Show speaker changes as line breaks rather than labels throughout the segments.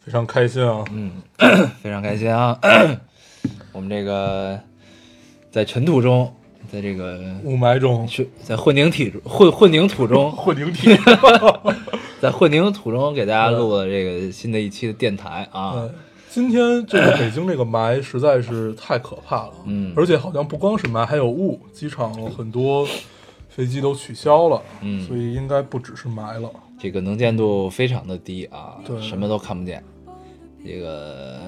非常开心啊！
非常开心啊！ 我们这个在尘土中，在这个
雾霾中
是在混凝体混混凝土中，
混凝体，
在混凝土中给大家录了这个新的一期的电台啊
嗯，今天这个北京这个霾实在是太可怕了，
嗯
而且好像不光是霾，还有雾，机场很多飞机都取消了，
嗯
所以应该不只是霾了，
这个能见度非常的低啊，
对
什么都看不见。这个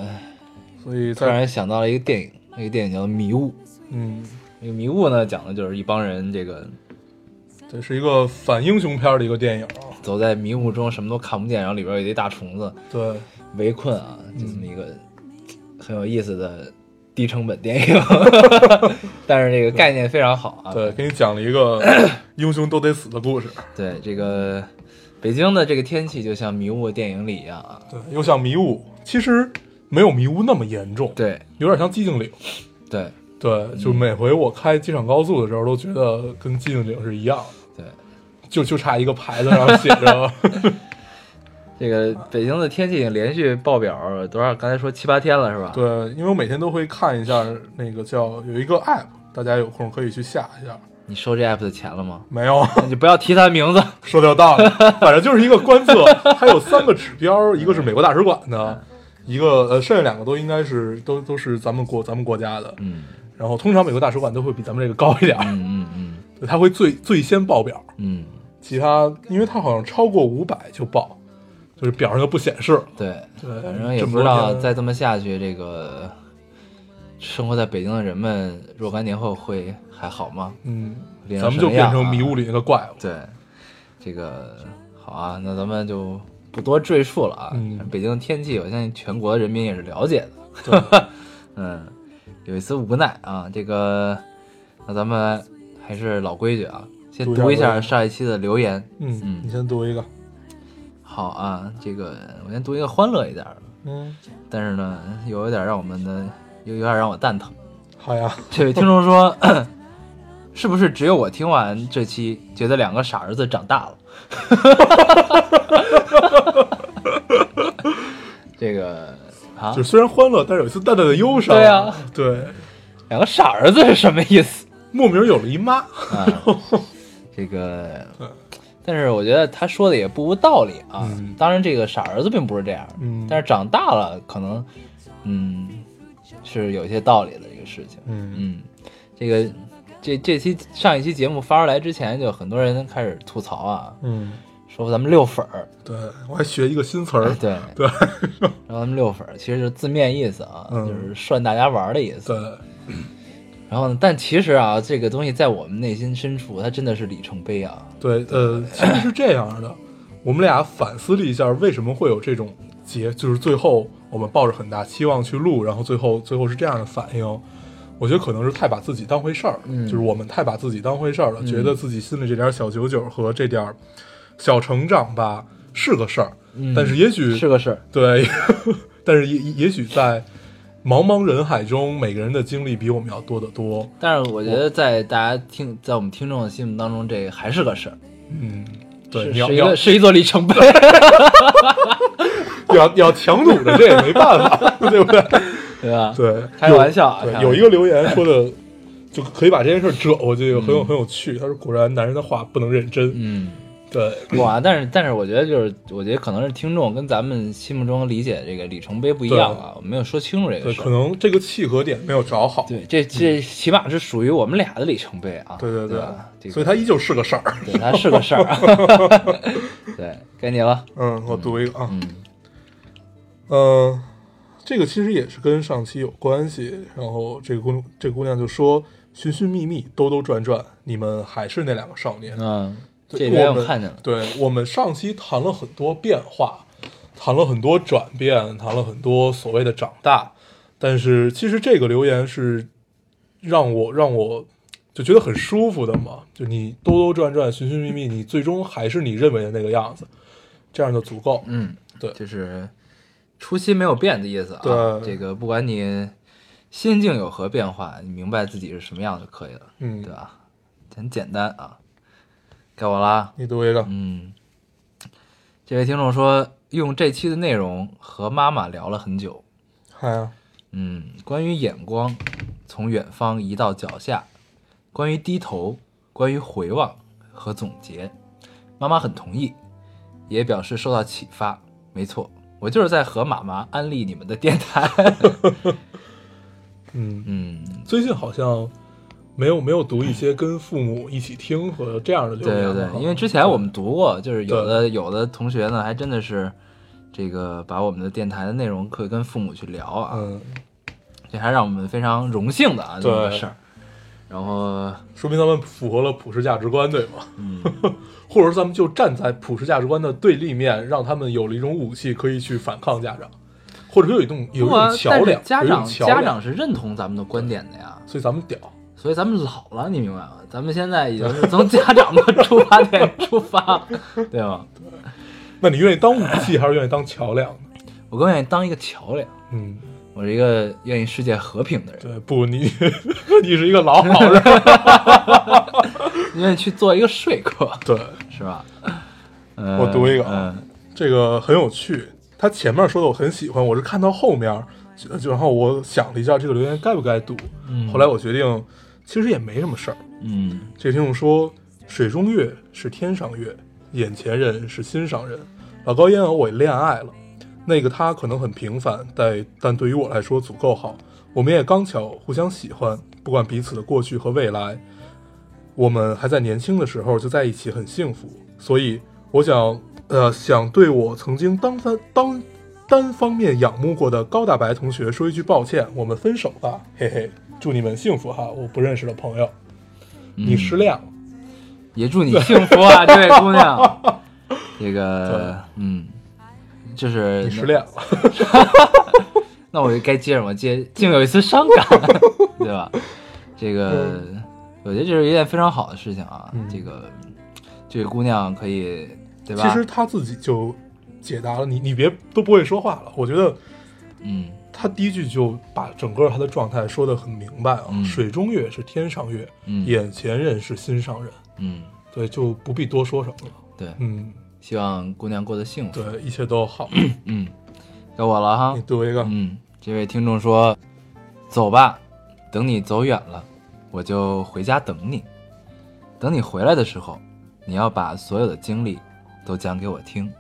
所以
突然
在
想到了一个电影，那个电影叫《迷雾》，
嗯，
那个《迷雾》呢讲的就是一帮人这个
这是一个反英雄片的一个电影啊，
走在迷雾中，什么都看不见，然后里边有一堆大虫子
对，
围困啊，就这么一个很有意思的低成本电 影，但是这个概念非常好啊。
对，给你讲了 一个英雄都得死的故事，
对这个北京的这个天气就像迷雾电影里一样啊。
对，又像迷雾，其实没有迷雾那么严重，，
对
有点像寂静岭。
对
对，就每回我开机场高速的时候，都觉得跟寂静岭是一样的，
对，
就就差一个牌子上写着
这个北京的天气已经连续报表多少？刚才说七八天了是吧？，
对，因为我每天都会看一下那个叫有一个 app，大家有空可以去下一下。
你收这 app 的钱了吗？
没有
那就不要提它名字。
说掉当 了，反正就是一个观测，它有三个指标，一个是美国大使馆的，一个呃，剩下两个都应该是都都是咱们国咱们国家的。
嗯
然后通常美国大使馆都会比咱们这个高一点 儿，
嗯嗯
它会最最先报表。
嗯嗯，
其他，因为它好像超过五百就报，就是表上就不显示。
对。
对，
反正也
这么
不知
多
道
天
再这么下去，这个生活在北京的人们若干年后会还好吗？
嗯，
脸上
咱们就
什么样啊
变成迷雾里那个怪物。
对，这个好啊，那咱们就不多赘述了啊。
嗯
北京的天气，我相信全国人民也是了解的。 嗯，有一丝无奈啊，这个那咱们还是老规矩啊，先
读一下
读一
留
下
言
上一期的留言。嗯
嗯，你先读一个。
好啊，这个我先读一个欢乐一点儿的，
嗯，
但是呢，有一点让我们的，有有点让我蛋疼。
好呀，
这 位听众说， 是不是只有我听完这期觉得两个傻儿子长大了？ 这个啊
就，虽然欢乐，但是有一丝淡淡的忧伤。
对啊呀，
对，
两个傻儿子是什么意 思
莫名有了姨妈。
啊？这个，但是我觉得他说的也不无道理啊。
嗯
当然，这个傻儿子并不是这样，
嗯
但是长大了可能，嗯，是有一些道理的这个事情。
嗯
嗯，这个这这期上一期节目发出来之前，就很多人开始吐槽啊，
嗯，
说咱们六粉儿，。
对我还学一个新词儿
对，
对
然后咱们六粉儿其实就是字面意思啊，
嗯
就是涮大家玩儿的意思。
对，
然后呢，但其实啊，这个东西在我们内心深处，它真的是里程碑啊。
对，呃，其实是这样的，我们俩反思了一下，为什么会有这种结，就是最后我们抱着很大期望去录，然后最后最后是这样的反应。我觉得可能是太把自己当回事儿了，
嗯
就是我们太把自己当回事儿了，觉得自己心里这点小九九和这点儿小成长吧是个事儿，
嗯
但是也许
是个事儿，
对， 但是也也许在茫茫人海中，每个人的经历比我们要多得多。
但是我觉得在大家听，在我们听众的心目当中，这还是个事儿，
嗯，
是
对，你要
是一
你要
个是一座里程碑。
要要强堵着，这也没办法， 对不对？
对吧？
对，
开玩笑啊
有
开玩笑
对，有一个留言说的，就可以把这件事折过去，很有很有趣。他说：“果然男人的话不能认真。
嗯。”
对，
哇，但是但是我觉得就是，我觉得可能是听众跟咱们心目中理解这个里程碑不一样啊，我没有说清楚这个
对，
事
可
儿。
能这个契合点没有找好。
对，这这起码是属于我们俩的里程碑啊。
对
对
对
吧，这个、
所以它依旧是个事儿。
对它是个事儿啊。 对，该你了。
嗯，我读一个啊，
嗯
嗯，这个其实也是跟上期有关系。然后这个姑这个姑娘就说：“寻寻觅觅，兜兜转转，你们还是那两个少年。”
嗯，
对
这边
我
我
们
看见了。
对我们上期谈了很多变化，谈了很多转变，谈了很多所谓的长大，但是其实这个留言是让我让我就觉得很舒服的嘛，就你兜兜转转、寻寻觅觅，你最终还是你认为的那个样子，这样就足够。
嗯，
对
就是初心没有变的意思啊。
对
这个不管你心境有何变化，你明白自己是什么样就可以了，
嗯
对，啊吧？很简单啊。该我啦。
你读一个，
嗯，这位听众说，用这期的内容和妈妈聊了很久。
嗨、啊呀，
嗯，关于眼光，从远方移到脚下；关于低头，关于回望和总结，妈妈很同意，也表示受到启发。没错，我就是在和妈妈安利你们的电 台。
嗯，
嗯，
最近好像没有没有读一些跟父母一起听和这样的留
对
言
对
了哈，
对，因为之前我们读过，就是有的有的同学呢，还真的是这个把我们的电台的内容可以跟父母去聊啊。
嗯，
这还让我们非常荣幸的啊，这么个
对
事儿。然后，
说明咱们符合了普世价值观，对吗？
嗯，
或者说咱们就站在普世价值观的对立面，让他们有了一种武器可以去反抗家长，或者说有一种有一
不啊
种桥
但
梁，
是家
有一种
长
桥
家
梁
长是认同咱们的观点的呀，
所以咱们屌，
所以咱们老了，你明白吗？咱们现在已经是从家长的出发点出发，对吧？
那你愿意当武器还是愿意当桥梁呢？
我更愿意当一个桥梁，
嗯，
我是一个愿意世界和平的人，
对，不，你 你是一个老好人，
愿意去做一个说客，
对，
是吧？嗯，
我读一个啊
嗯
这个很有趣。他前面说的我很喜欢，我是看到后面，就就然后我想了一下这个留言该不该读，
嗯
后来我决定其实也没什么事儿。
嗯
这听众说：“水中月是天上月，眼前人是心上人。老高烟偶我也恋爱了，那个他可能很平凡，但但对于我来说足够好。我们也刚巧互相喜欢，不管彼此的过去和未来，我们还在年轻的时候就在一起，很幸福。所以我想，呃，想对我曾经单方当单方面仰慕过的高大白同学说一句抱歉，我们分手吧，嘿嘿。”祝你们幸福哈！我不认识的朋友，
嗯，
你失恋了，
也祝你幸福啊，这位姑 娘。这个，嗯，就是
你失恋了，
那我就该接什么接？竟有一丝伤感，
嗯
对吧？这个，我觉得这是一件非常好的事情啊。
嗯
这个，这个姑娘可以，对吧？
其实，他自己就解答了你，你别都不会说话了。我觉得
嗯
他第一句就把整个他的状态说得很明白啊。
嗯
水中月是天上月，
嗯
眼前人是心上人，
嗯，
对，就不必多说什么了。
对，
嗯，
希望姑娘过得幸福。
对，一切都好。
嗯，该我了哈
你。读一个，
嗯，这位听众说：“走吧，等你走远了，我就回家等你。等你回来的时候，你要把所有的经历都讲给我听。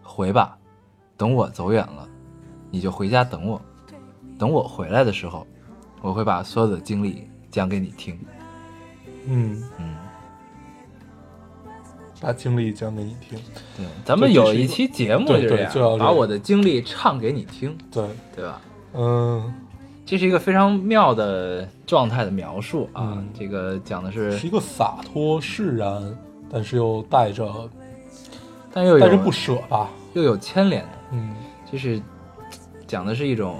回吧，等我走远了，你就回家等我。等我回来的时候，我会把所有的经历讲给你听。
嗯，
嗯，
把经历讲给你听。
对，咱们
这这
有
是一
一
个
期节目
对
就
对
这样
就要，这
把
样
我的经历唱给你听，
对，
对吧？
嗯，
这是一个非常妙的状态的描述啊！
嗯
这个讲的是，
是一个洒脱释然，但是又带着，
但又有
但是不舍吧。
又有牵连的，
嗯，
就是嘖讲的是一种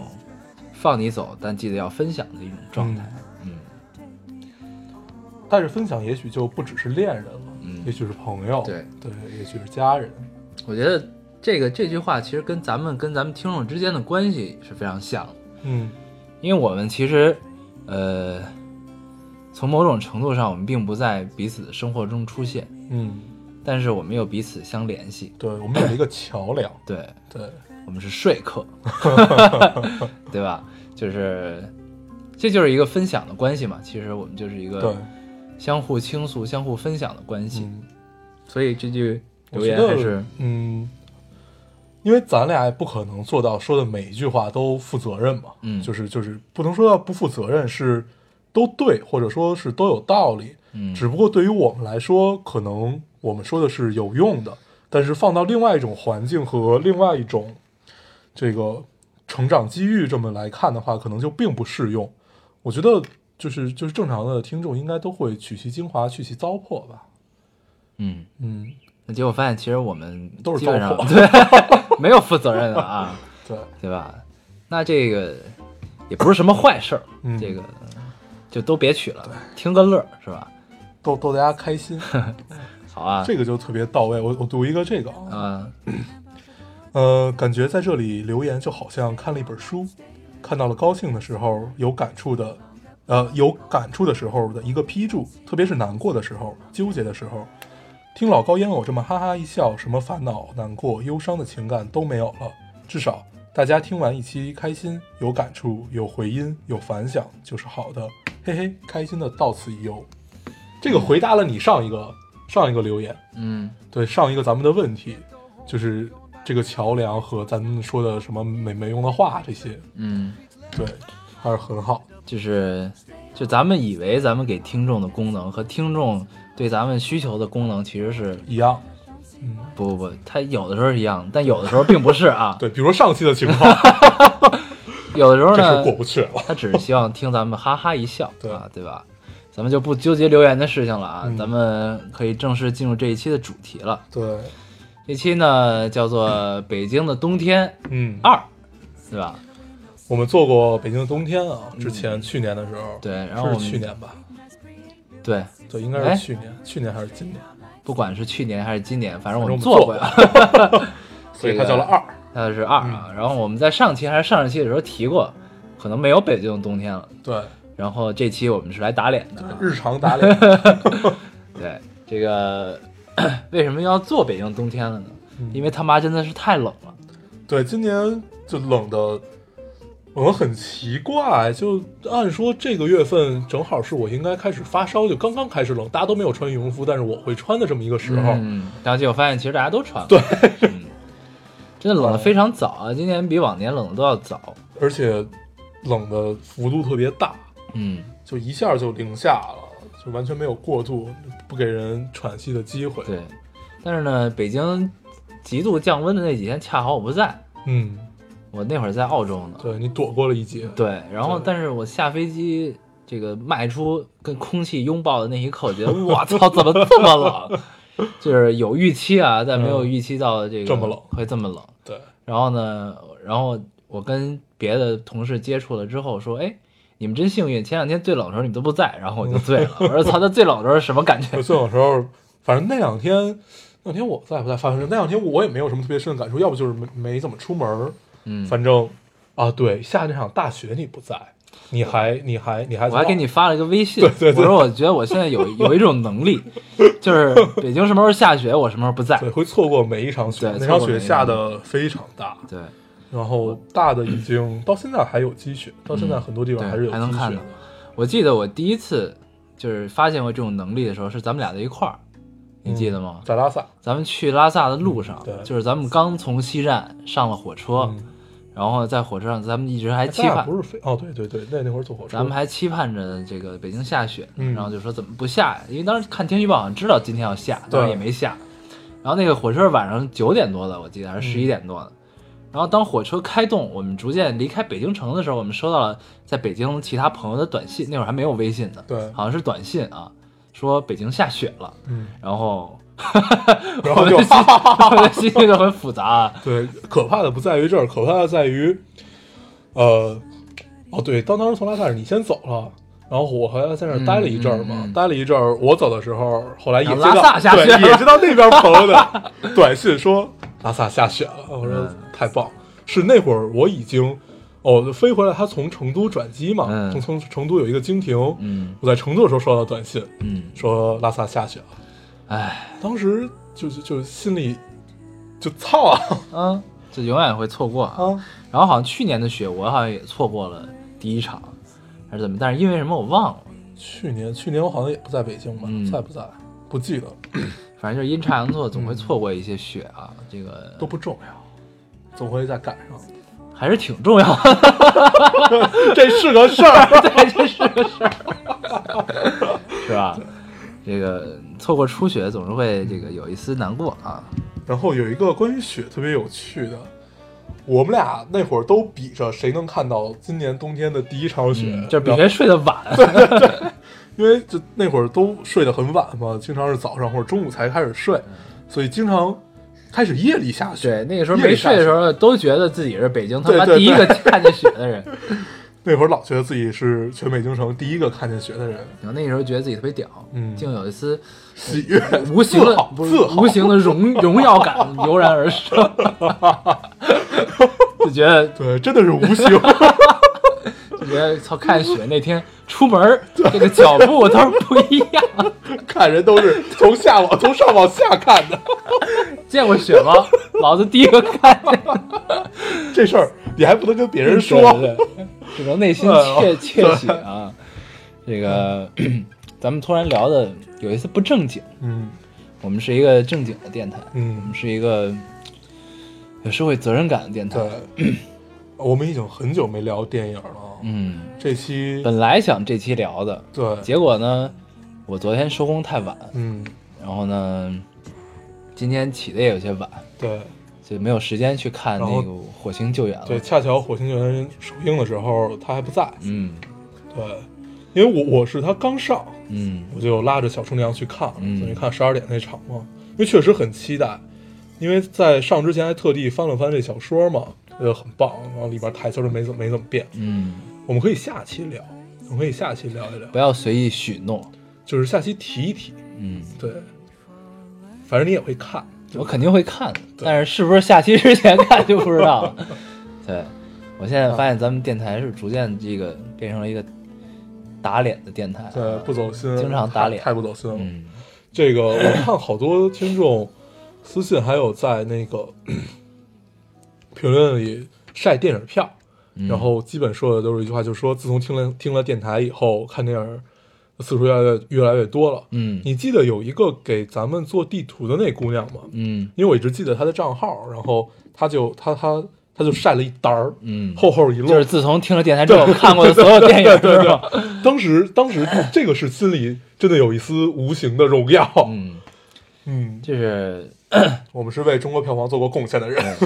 放你走，但记得要分享的一种状态。嗯
但是分享也许就不只是恋人了，
嗯
也许是朋友，
对
对，也许是家人。
我觉得这个这句话其实跟咱们跟咱们听众之间的关系是非常像的，
嗯
因为我们其实呃，从某种程度上我们并不在彼此的生活中出现，
嗯，
但是我们又彼此相联系。
对，我们有一个桥梁，
对，
对，
我们是说客， 对吧？就是，这就是一个分享的关系嘛。其实我们就是一
对
个，相互倾诉、相互分享的关系。
嗯，
所以这句
我
留
觉
言
得
还是，
嗯，因为咱俩也不可能做到说的每一句话都负责任嘛，
嗯
就是就是不能说要不负责任，是都对，或者说是都有道理，
嗯，
只不过对于我们来说，可能我们说的是有用的，但是放到另外一种环境和另外一种这个成长机遇这么来看的话，可能就并不适用。我觉得就是就是正常的听众应该都会取其精华，去其糟粕吧。
嗯。
嗯，
那结果发现，其实我们
都是
基
糟
本上
粕。
对， 没有负责任的啊，
对，
对吧？那这个也不是什么坏事儿，
嗯
这个就都别取了，听个乐儿是吧？
逗逗大家 开心，
好啊，
这个就特别到位。我我读一个这个啊，
嗯
呃，感觉在这里留言就好像看了一本书，看到了高兴的时候有感触的，呃，有感触的时候的一个批注，特别是难过的时候、纠结的时候，听老高烟偶这么哈哈一笑，什么烦恼、难过、忧伤的情感都没有了。至少大家听完一期开心、有感触、有回音、有反响，就是好的，嘿嘿，开心的到此一游。这个回答了你上一个上一个留言，
嗯
对上一个咱们的问题，就是这个桥梁和咱们说的什么没没用的话这些，
嗯，
对，还是很好。
就是就咱们以为咱们给听众的功能和听众对咱们需求的功能其实是
一样，嗯，。
不不不，它有的时候是一样，但有的时候并不是啊
对，比如说上期的情况，
有的时候
这事儿
呢
过，不去 了。
他只是希望听咱们哈哈一笑，
对
啊，对吧？咱们就不纠结留言的事情了啊，
嗯
咱们可以正式进入这一期的主题了。
对，
这期呢叫做《北京的冬天
嗯，
二》，对吧？
我们做过北京的冬天啊，之前去年的时候，
嗯对然后我们
是去年吧，
对，
对，应该
哎
是去年，去年还是今年，
不管是去年还是今年，反正我们
反正我
做过
们
呀，
所以它叫了二。
它是二啊。
嗯
然后我们在上期还是上一期的时候提过，可能没有北京的冬天了。
对，
然后这期我们是来打脸的、啊，
日常打脸，
对这个 为什么要做北京冬天了呢？
嗯
因为他妈真的是太冷了。
对，今年就冷的，冷的很奇怪。就按说这个月份正好是我应该开始发烧，就刚刚开始冷，大家都没有穿羽绒服，但是我会穿的这么一个时候。
嗯，而且我发现其实大家都穿对， 嗯真的
哦
冷的非常早啊，今年比往年冷的都要早。
而且冷的幅度特别大，
嗯，
就一下就零下了，就完全没有过渡，不给人喘息的机会。
对。但是呢，北京极度降温的那几天，恰好我不在，
嗯，
我那会儿在澳洲呢。
对你躲过了一劫。
对，然后
对
但是我下飞机，这个迈出跟空气拥抱的那一刻，我觉得我操，怎么这么冷？就是有预期啊，但没有
嗯
预期到这个
这么冷
会这么冷。
对，
然后呢，然后我跟别的同事接触了之后说，哎，你们真幸运，前两天最冷的时候你们都不在，然后我就醉了。我说操，那最冷的时候是什么感觉
我？最有时候，反正那两天。那两天我在不在发生？那两天我也没有什么特别深的感受，要不就是没没怎么出门儿，
嗯，
反正啊，对，下那场大雪你不在，你还你还你还
我还给你发了一个微信，
对对对
我说我觉得我现在有有一种能力，就是北京什么时候下雪，我什么时候不在。
对会错过每一场雪
对，
那
错
场
过每
雪
一场
下的非常大，
对，
然后大的已经到现在还有积雪，到现在很多地
嗯
方
对
还是有
还能
积
看
雪
到。我记得我第一次就是发现过这种能力的时候，是咱们俩在一块儿，你记得吗？
在拉萨，
咱们去拉萨的路上，
嗯对
就是咱们刚从西站上了火车，
嗯，
然后在火车上，咱们一直还期
咱俩
盼，
不是飞哦，对对对，那那会儿坐火车，
咱们还期盼着这个北京下雪呢，
嗯
然后就说怎么不下呀？因为当时看天气预报好像知道今天要下，
对
但是也没下。然后那个火车晚上九点多的，我记得还是
嗯
十一点多的。然后当火车开动，我们逐渐离开北京城的时候，我们收到了在北京其他朋友的短信，那会儿还没有微信呢，
对
好像是短信啊，说北京下雪了。
嗯，
然后，
然后就
我的心我的心情就很复杂啊。
对，可怕的不在于这儿，可怕的在于，呃，哦对，当当时从拉萨是你先走了。然后我还在那儿待了一阵儿嘛，
嗯嗯嗯
待了一阵儿。我走的时候，后来也
然
接
后
到
拉萨下雪
对，
了
也接到那边朋友 的短信说拉萨下雪了。我说
嗯
太棒，是那会儿我已经哦飞回来，他从成都转机嘛，
嗯
从从成都有一个经停，
嗯
我在成都的时候收到短信
嗯，
说拉萨下雪了，
唉，
当时就就就心里就操啊
嗯，这永远会错过啊。
啊，
然后好像去年的雪，我好像也错过了第一场，还是怎么？但是因为什么我忘了，
去年去年我好像也不在北京吧，
嗯
在不在不记得，
反正就是阴差阳错，总会错过一些雪啊。这个
都不重要，总会再赶上。
还是挺重要的，
这是个事儿，
对，这是个事儿，是吧？这个错过初雪，总是会这个有一丝难过啊。
然后有一个关于雪特别有趣的，我们俩那会儿都比着谁能看到今年冬天的第一场雪，
嗯，就是比
然后
谁睡得晚。
因为就那会儿都睡得很晚嘛，经常是早上或者中午才开始睡，所以经常开始夜里下
对，
雪，
那个时候
夜里
没
下
睡的时
雪，
候都觉得自己是北京他妈
对对
第一个
对
看见雪的人，
那会儿老觉得自己是全北京城第一个看见雪的人，
然后那时候觉得自己特别屌，
嗯
竟有一丝
喜悦，
无形的
自豪
不是
自豪
无形的 荣荣耀感油然而生， 就觉得
对，真的是无形。
就觉得操看雪那天出门儿这个脚步都是不一 样，
看人都是从下往从上往下看的。
见过雪吗？老子第一个看见。
这事儿你还不能跟别人说，哎
对对对只能内心窃窃喜啊。这个 咱们突然聊的有一次不正经，
嗯
我们是一个正经的电台，我
嗯
们，是一个有社会责任感的电台。
对，我们已经很久没聊电影了，
嗯，
这期
本来想这期聊的，
对，
结果呢，我昨天收工太晚，
嗯
然后呢，今天起的也有些晚，
对
就没有时间去看
然后
那个《火星救援》
对，
了。
恰巧《火星救援》首映的时候他还不在，
嗯
对，因为我我是他刚上，
嗯
我就拉着小冲凉去看了，
嗯
所以看十二点那场嘛，因为确实很期待，因为在上之前还特地翻了翻这小说嘛，觉得很棒，然后里边台词都没怎么没怎么变，
嗯，
我们可以下期聊，我们可以下期聊一聊
不，要随意许诺。
就是下期提一提。
嗯，
对，反正你也会看。
我肯定会看的，但是是不是下期之前看就不知道 了。对，我现在发现咱们电台是逐渐这个变成了一个打脸的电台。啊
对，不走心，
经常打脸
太太不走心了。
嗯
这个我看好多听众私信，还有在那个 评论里晒电影票，
嗯
然后基本说的都是一句话，就是说自从听了听了电台以后，看电影次数越来越越来越多了。
嗯
你记得有一个给咱们做地图的那姑娘吗？
嗯
因为我一直记得她的账号，然后她就她她她就晒了一单儿，
嗯，
厚厚一摞，
就是自从听了电台之后看过的所有电影，
对对
是吧
对，当时当时这个是心里真的有一丝无形的荣耀。
嗯，
嗯，
就是，
我们是为中国票房做过贡献的
嗯
人。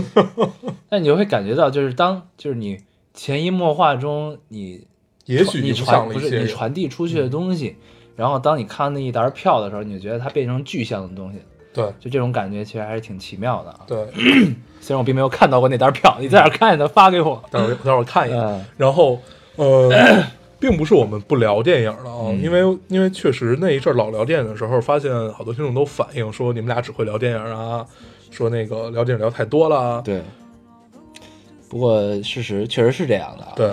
但你就会感觉到，就是当就是你潜移默化中，你
也许
你
影响
传
了
不
一些
是你
人，嗯
传递出去的东西，然后当你看那一沓票的时候，你就觉得它变成具象的东西，
对
就这种感觉其实还是挺奇妙的啊。
对。
虽然我并没有看到过那沓票，你在哪儿看见的？发给我。
待会儿待会儿看一眼。
嗯
然后 呃，并不是我们不聊电影了啊，
嗯
因为因为确实那一阵儿老聊电影的时候，发现好多听众都反映说你们俩只会聊电影啊，说那个聊电影聊太多了啊。
对。不过事实确实是这样的啊。
对，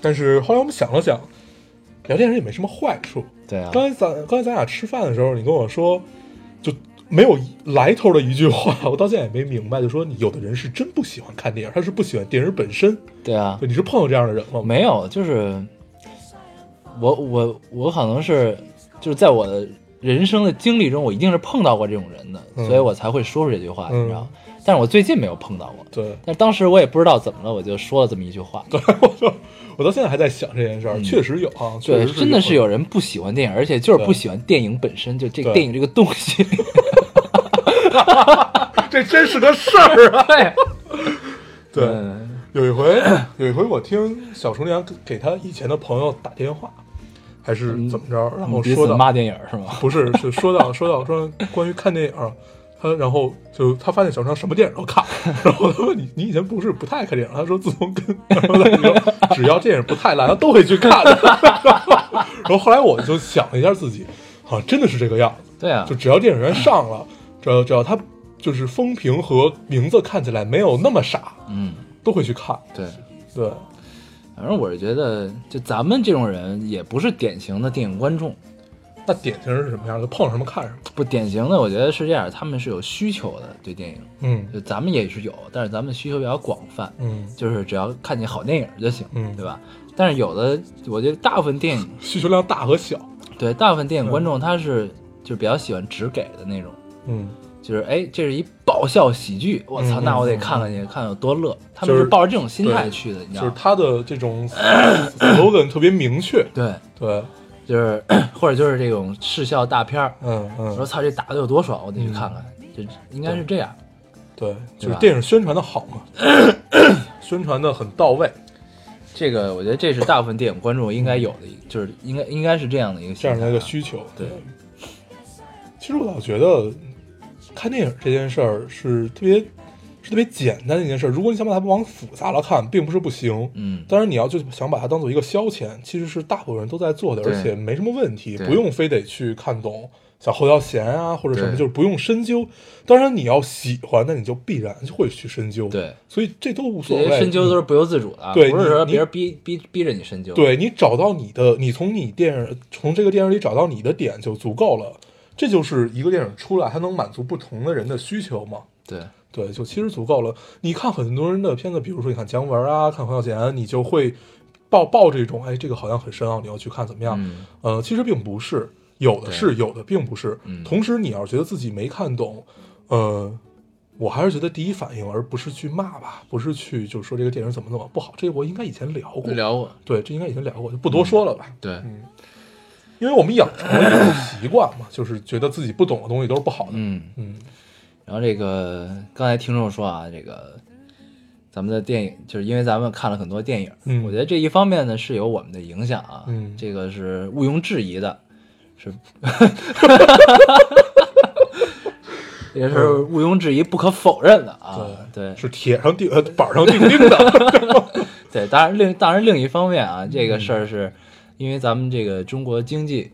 但是后来我们想了想，聊电影也没什么坏处。
对啊，
刚才咱刚才咱俩吃饭的时候，你跟我说，就没有来头的一句话，我到现在也没明白，就说你有的人是真不喜欢看电影，他是不喜欢电影本身。
对啊
对，，你是碰到这样的人了吗？
没有，就是我我我可能是就是在我的人生的经历中，我一定是碰到过这种人的，
嗯
所以我才会说出这句话，
嗯
你知道吗？但是我最近没有碰到过，
对，
但是当时我也不知道怎么了，我就说了这么一句话。对，
我到现在还在想这件事儿，
嗯
确实有啊，确实
真的是有人不喜欢电影，而且就是不
对
喜欢电影本身，就这个
对
电影这个东 西。
啊这真是个事儿啊。
对，
对，
嗯
有一回，有一回我听小厨娘给他以前的朋友打电话，还是怎么着，然后
嗯彼
哦说
此
到
骂电影是吗？
不是，是说到说到说关于看电影，他然后就他发现小张什么电影都看，然后他问你你以前不是不太爱看电影？他说自从跟 然后他就说只要电影不太烂，他都会去看的。 然后后来我就想了一下自己，好、像真的是这个样子，
对啊，
就只要电影院上了，只要只要他就是风评和名字看起来没有那么傻，
嗯，
都会去看。
对，
对，
反正我是觉得，就咱们这种人也不是典型的电影观众，
那典型是什么样的？碰什么看什么。
不典型的，我觉得是这样，他们是有需求的对电影，
嗯
就咱们也是有，但是咱们需求比较广泛，
嗯，
就是只要看见好电影就行，
嗯
对吧？但是有的，我觉得大部分电影，
需求量大和小。
对大部分电影观众他是就比较喜欢只给的那种，
嗯，
就是哎，这是一爆笑喜剧，我操，
嗯
那我得
嗯
看看去，看看有多乐，他
就
们
是
是抱着这种心态
对
去的，你知
就
道
是
吗？
他的这种 slogan 特别明确。
对，
对，
就是 或者就是这种视效大片儿，
嗯
我说
嗯，
操，这打的有多爽，我得去看看，就应该是这样。
对，
对
就是
吧
电影宣传的好嘛，宣传的很到位，
这个我觉得这是大部分电影观众应
嗯
该有的一，就是应该应该是这样的一个啊
这样的一个
心态啊
需求。
对，
其实我老觉得看电影这件事儿是特别是特别简单的一件事儿。如果你想把它往复杂了看，并不是不行。
嗯，
当然，你要就想把它当做一个消遣，其实是大部分人都在做的，
对
而且没什么问题，
对
不用非得去看懂像侯孝贤啊或者什么，
对
就是不用深究。当然，你要喜欢，那你就必然就会去深究。，
对，
所以这都无所
这
谓。嗯
些深究都是不由自主的，啊，
对
不是
你
说
你
别人逼逼逼着你深究。，
对你找到你的，你从你电影从这个电影里找到你的点就足够了。这就是一个电影出来，它能满足不同的人的需求嘛？
对，
对，就其实足够了。你看很多人的片子，比如说你看姜文啊，看黄孝贤，你就会抱抱这种，哎，这个好像很深奥，你要去看怎么样？
嗯
呃，其实并不是，有的是，有的并不是。
嗯
同时，你要是觉得自己没看懂，呃，我还是觉得第一反应，而不是去骂吧，不是去就是说这个电影怎么怎么不好，这我应该以前聊过，
聊嗯过，
对，这应该以前聊过，就不多说了吧。
对，
因为我们养成了一种习惯嘛，就是觉得自己不懂的东西都是不好的。
嗯。
嗯
然后这个刚才听众说啊，这个咱们的电影，就是因为咱们看了很多电影，
嗯
我觉得这一方面呢是有我们的影响啊，
嗯
这个是毋庸置疑的， 是，也是毋庸置疑、不可否认的啊，对
是铁上钉呃板上钉钉的。
对，当然另当然另一方面啊，这个事儿是因为咱们这个中国经济，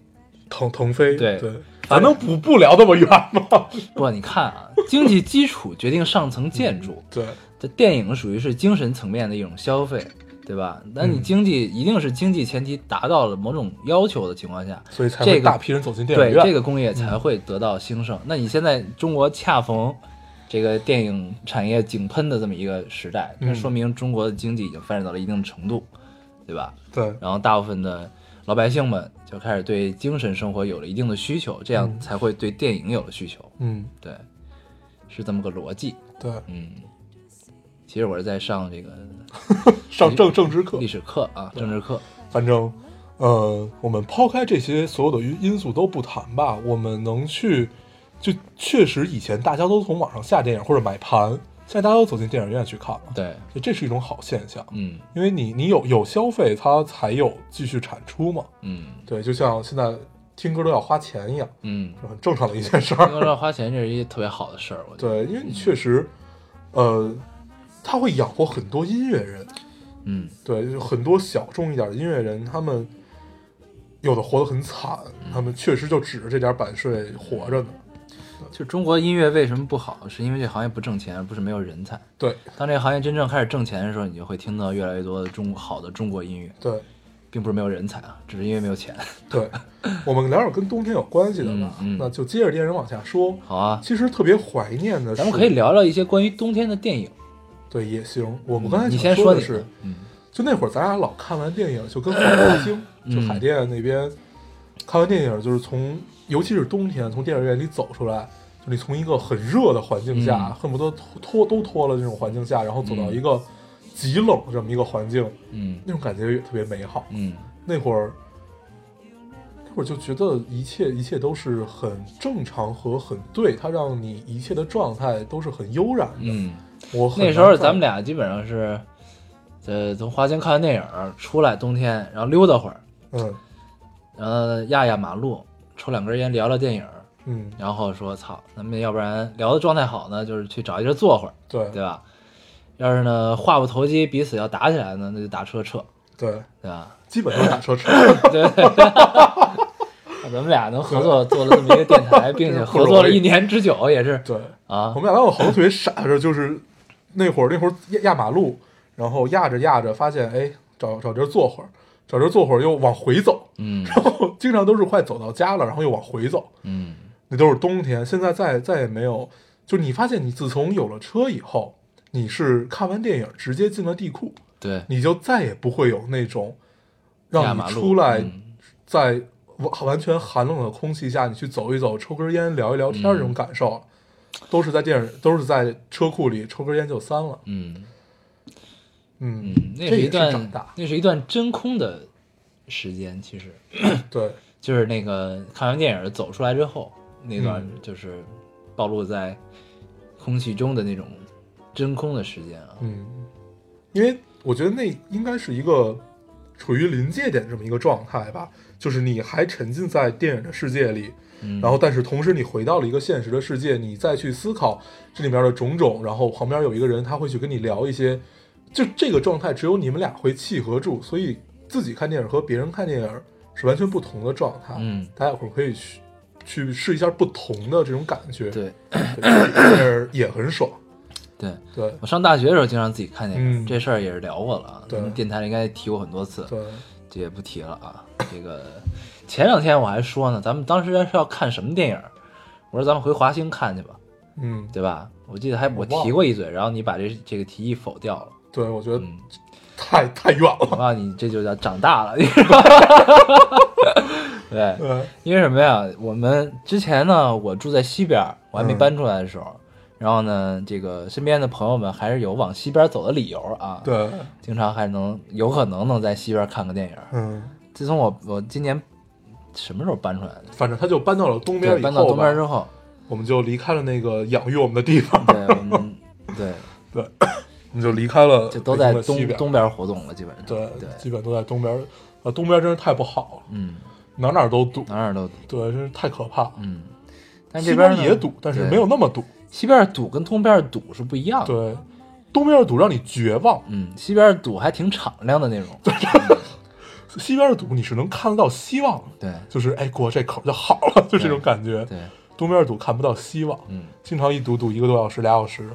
腾腾飞，
对
对，咱能不不聊那么远吗？
不，你看啊，经济基础决定上层建筑，
对，
这电影属于是精神层面的一种消费，对吧？那
嗯
你经济一定是经济前提达到了某种要求的情况下，
所以才
这
会
个
大批人走进电影
对
院。嗯
这个工业才会得到兴盛。那你现在中国恰逢这个电影产业井喷的这么一个时代，那
嗯
说明中国的经济已经发展到了一定程度，对吧？
对，
然后大部分的老百姓们就开始对精神生活有了一定的需求，这样才会对电影有了需求。
嗯，
对，是这么个逻辑。
对，
嗯，其实我是在上这个
上政政治课
历，史课啊，政治课。
反正，呃，我们抛开这些所有的因因素都不谈吧，我们能去，就确实以前大家都从网上下电影或者买盘，现在大家都走进电影院去看了，
对，
所以这是一种好现象，
嗯
因为你你有有消费，它才有继续产出嘛。
嗯
对，就像现在听歌都要花钱一样，
嗯，
这很正常的一件事儿
听。说花钱这是一特别好的事儿，我觉得。
对，因为你确实，呃，他会养活很多音乐人，
嗯
对，就是很多小众一点的音乐人，他们有的活得很惨，他们确实就指着这点版税活着呢。
就中国音乐为什么不好，是因为这行业不挣钱，而不是没有人才。
对
当这个行业真正开始挣钱的时候，你就会听到越来越多的中好的中国音乐，
对
并不是没有人才啊，只是因为没有钱。
对，我们聊点跟冬天有关系的吧，
嗯嗯
那就接着电影往下说。
好啊，
其实特别怀念的是，
咱们可以聊聊一些关于冬天的电影。
对也行。我们刚才
你
想
先说
的
你
是，
的，嗯
就那会儿咱俩老看完电影，就跟海星，
嗯
就海淀那边、看完电影，就是从尤其是冬天从电影院里走出来，就你从一个很热的环境下，
嗯
恨不得脱脱都脱了这种环境下，然后走到一个极冷的这么一个环境，
嗯
那种感觉也特别美好。
嗯
那会儿。那会儿就觉得一切一切都是很正常和很对，它让你一切的状态都是很悠然的。
嗯，
我很
那时
难
候
在
咱们俩基本上是，呃，从花钱看完电影出来，冬天然后溜达会儿，
嗯
然后压压马路，抽两根烟，聊聊电影，
嗯
然后说操，咱们要不然聊的状态好呢，就是去找一地儿坐会儿，
对
对吧？要是呢话不投机，彼此要打起来呢，那就打车撤，
对，
对吧？
基本上打车车。
对 对对。咱们俩能合作做了这么一个电台，并且合作了一年之久，也是
对，
啊
我，们俩当时好多特别傻的事儿，就是那会儿那会儿压压马路，然后压着压着发现，哎，找找地儿坐会儿，找地儿坐会儿又往回走，
嗯
然后经常都是快走到家了，然后又往回走，
嗯
那都是冬天。现在再再也没有，就是你发现你自从有了车以后，你是看完电影直接进了地库，
对，
你就再也不会有那种
压
让
马
你
路
出来
嗯
在完完全寒冷的空气下，你去走一走、抽根烟、聊一聊天儿
嗯
这种感受，都是在电影，都是在车库里抽根烟就散了。
嗯。
嗯，
嗯，那
这
是
也
一
是
段
长大
那是一段真空的时间，其实
对，
就是那个看完电影走出来之后，那段
嗯
就是暴露在空气中的那种真空的时间啊。
嗯，因为我觉得那应该是一个处于临界点这么一个状态吧，就是你还沉浸在电影的世界里，
嗯
然后但是同时你回到了一个现实的世界，你再去思考这里面的种种，然后旁边有一个人他会去跟你聊一些，就这个状态只有你们俩会契合住，所以自己看电影和别人看电影是完全不同的状态。
嗯，
大家伙儿可以去去试一下不同的这种感觉，
对
对，看电影也很爽。
对。
对
我上大学的时候经常自己看电影，
嗯
这事儿也是聊过了啊。
对
咱们电台里应该提过很多次，
对，
这也不提了啊。这个前两天我还说呢，咱们当时是要看什么电影？我说咱们回华星看去吧，
嗯，
对吧？我记得还我
我忘了
提过一嘴，然后你把这这个提议否掉了。
对，我觉得
嗯，
太太远
我
了。
告诉你，这就叫长大了，你 知道吗？对，
对，
因为什么呀？我们之前呢，我住在西边儿，我还没
嗯
搬出来的时候，然后呢，这个身边的朋友们还是有往西边走的理由啊。，
对，
经常还能有可能能在西边看个电影。
嗯，
自从我我今年什么时候搬出来的？
反正他就搬到了东边
对，
以
搬到
后
东边
吧，
之后，
我们就离开了那个养育我们的地方，
对，我 们对
我们就离开了
就都
北
在
京的西
东
边，
东边活动了，基本上。
对，
对，
基本都在东边。啊，东边真是太不好了，
嗯，
哪哪都堵，
哪儿都
对，真是太可怕了。
嗯，但
西
这边
边
呢
也堵，但是
对
没有那么堵。
西边堵跟东边堵是不一样的。
对，东边的堵让你绝望，
嗯，西边堵还挺敞亮的那种。
西边的堵你是能看得到希望的，
对
就是哎过这口就好了， 就这种感觉。
对，
东边的堵看不到希望，
嗯，
经常一堵堵一个多小时、俩小时。啊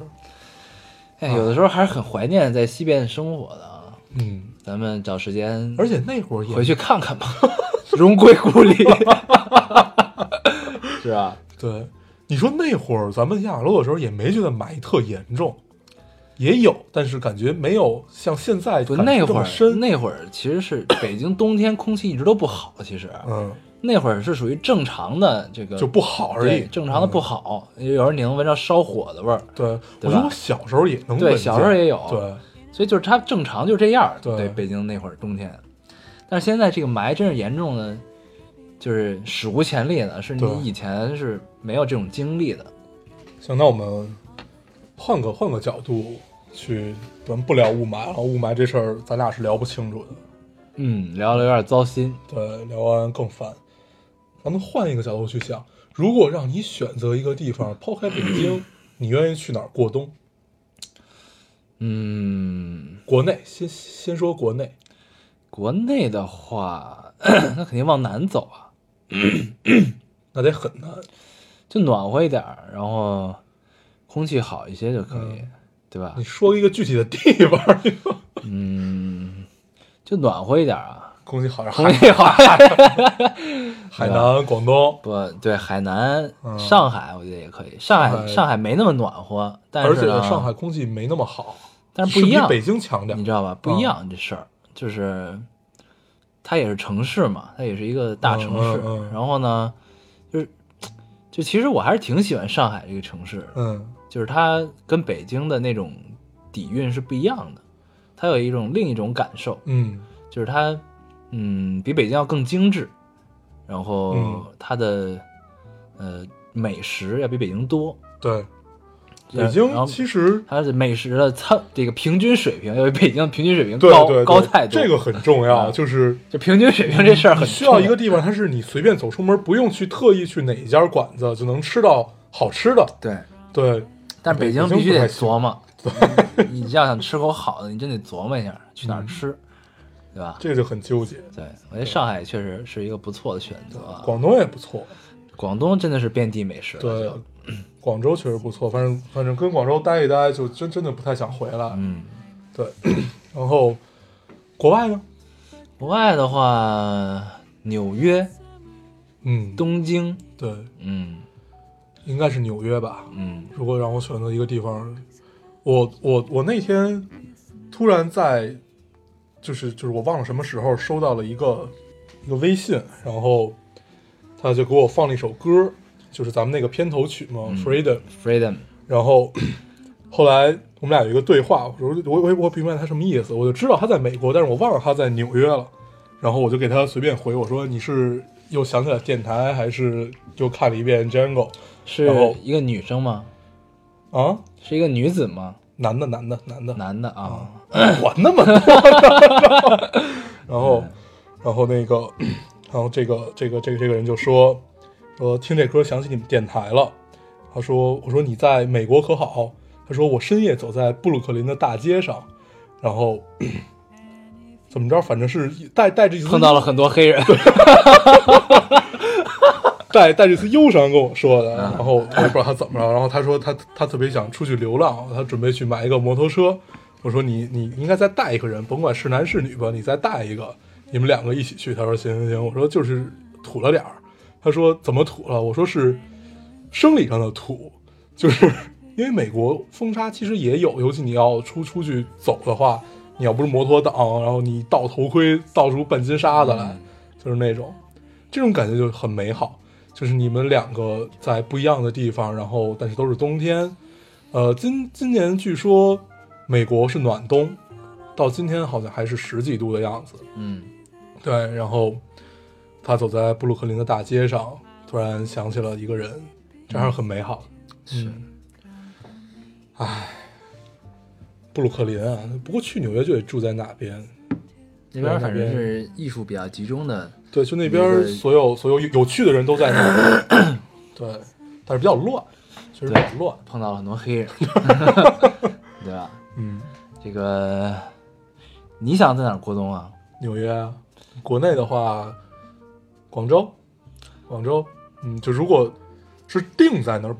哎，有的时候还是很怀念在西边生活的啊。
嗯，
咱们找时间，
而且那会儿也
回去看看吧， 荣归故里， 是啊吧？
对，你说那会儿咱们养乐的时候也没觉得霾特严重，也有，但是感觉没有像现在
不，
感觉
那
这
会
么
儿
深。
那会儿其实是北京冬天空气一直都不好，其实
嗯，
那会儿是属于正常的这个
就不好而
对
已，嗯
正常的不好。有时候你能闻着烧火的味儿，
对，
对
我觉
吧
得我小时候也能
对
闻见
小时候也有
对，
所以就是它正常就这样儿。
对
北京那会儿冬天，但是现在这个霾真是严重的，就是史无前例的，是
对
你以前是没有这种经历的。
行，那我们换个换个角度去，咱们不聊雾霾了，雾霾这事儿咱俩是聊不清楚的，
嗯，聊的有点糟心。
对，聊完更烦。咱们换一个角度去想，如果让你选择一个地方，抛开北京，你愿意去哪儿过冬？
嗯，
国内先先说国内，
国内的话，那肯定往南走啊，
那得很难。
就暖和一点儿，然后空气好一些就可以，
嗯
对吧
你？说一个具体的地方，
嗯，就暖和一点儿啊，
空气好点，
空
海
气好。
海南、广东，
不对，海南、
嗯
上海，我觉得也可以。上
上
海
海
上海没那么暖和，但是
而且
呢
上海，空气没那么好，
但是
是
不一样，
比北京强点
你。知道吧？不一样、这事儿，就是它也是城市嘛，它也是一个大城市。
嗯嗯嗯
然后呢，就是就其实我还是挺喜欢上海这个城市的，
嗯，
就是它跟北京的那种底蕴是不一样的，它有一种另一种感受，
嗯，
就是它嗯比北京要更精致，然后
嗯
它的、呃美食要比北京多。
对，
然
北京
然后
其实
它的美食的餐这个平均水平要比北京的平均水平
对
高
对对
高太多，
这个很重要，
嗯
就是
就平均水平这事儿很
你需要一个
重
地方，它是你随便走出门，不用去特意去哪一家馆子就能吃到好吃的。
对，
对，
但
北
北京
京
必须
不
得
太行
琢磨，你你要想吃口好的，你真得琢磨一下去哪儿
嗯
吃，对吧？
这就很纠结。
对，我觉得上海确实是一个不错的选择啊。
广东也不错，
广东真的是遍地美食了，
对
就，
广州确实不错，反正反正跟广州待一待，就真真的不太想回来。
嗯，
对， 然后国外呢？
国外的话，纽约、
嗯，
东京，
对，
嗯
应该是纽约吧。
嗯
如果让我选择一个地方，我我我那天突然在，就是就是我忘了什么时候收到了一个一个微信，然后他就给我放了一首歌，就是咱们那个片头曲嘛，Freedom》。
嗯，freedom，
然后 后来我们俩有一个对话，我说我我我不明白他什么意思，我就知道他在美国，但是我忘了他在纽约了。然后我就给他随便回我说你是又想起来电台，还是又看了一遍 Django
是
然后
一个女生吗？
啊？
是一个女子吗？
男的，男的，男的，
男的啊，
管那么多。然后，然后那个，然后这个这个这个这个人就说，说听这歌想起你们电台了。他说：“我说你在美国可好？”他说：“我深夜走在布鲁克林的大街上，然后 怎么着，反正是带带着一丝
碰到了很多黑 人，
带带着一丝忧伤跟我说的。然后我也不知道他怎么了。然后他说他他特别想出去流浪，他准备去买一个摩托车。我说你你应该再带一个人，甭管是男是女吧，你再带一个，你们两个一起去。他说行行行。我说就是土了点儿。他说怎么土了？我说是生理上的土，就是因为美国风沙其实也有，尤其你要出出去走的话，你要不是摩托党，然后你倒头盔倒出半斤沙子
嗯
来，就是那种，这种感觉就很美好。就是你们两个在不一样的地方，然后但是都是冬天，呃，今今年据说美国是暖冬，到今天好像还是十几度的样子。
嗯，
对，然后他走在布鲁克林的大街上，突然想起了一个人，这还是很美好。嗯
是
布鲁克林啊，不过去纽约就得住在哪边？
那边反正是艺术比较集中的，
对，就那
那
边
个
所有所有有有趣的人都在那儿。对，但是比较乱，确实比较乱。
碰到了很多黑 人，对吧？
嗯，
这个你想在哪儿过冬啊？
纽约啊，国内的话，广州，广州，嗯，就如果是定在那儿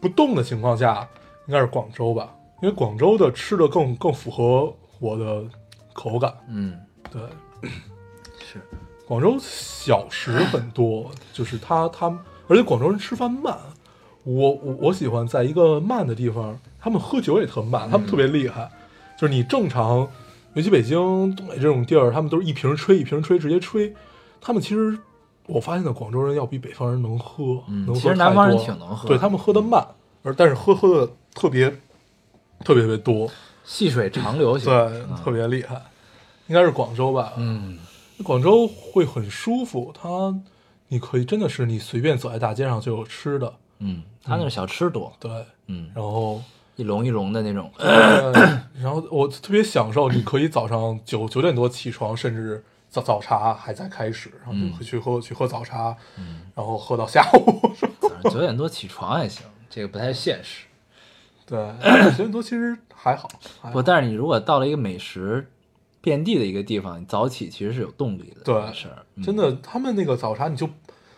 不动的情况下，应该是广州吧，因为广州的吃的更更符合我的口感。
嗯，
对，
是
广州小食 很多，就是它它，而且广州人吃饭慢。我我我喜欢在一个慢的地方，他们喝酒也特
嗯
慢，他们特别厉害。就是你正常，尤其北京、东北这种地儿，他们都是一瓶吹一瓶吹，直接吹。他们其实我发现的广州人要比北方人能喝，
嗯
能喝
其实
太
南方人
多
挺能喝
对
的
他们喝的慢，而但是喝喝的特别特别特别多，
细水长流型，
对，特别厉害。应该是广州吧？
嗯，
广州会很舒服，它你可以真的是你随便走在大街上就有吃的，
嗯，他那是小吃多，
对，
嗯，
然后，
一笼一笼的那 种，
呃然后我特别享受，你可以早上九九点多起床，甚至早早茶还在开始，然后你会去喝、去喝早茶，然后喝到下午，
早上九点多起床也行，这个不太现实。
对，九点多其实还好，还
不，
好
但是你如果到了一个美食遍地的一个地方，你早起其实是有动力的。
对
这个事儿，嗯
真的，他们那个早茶你就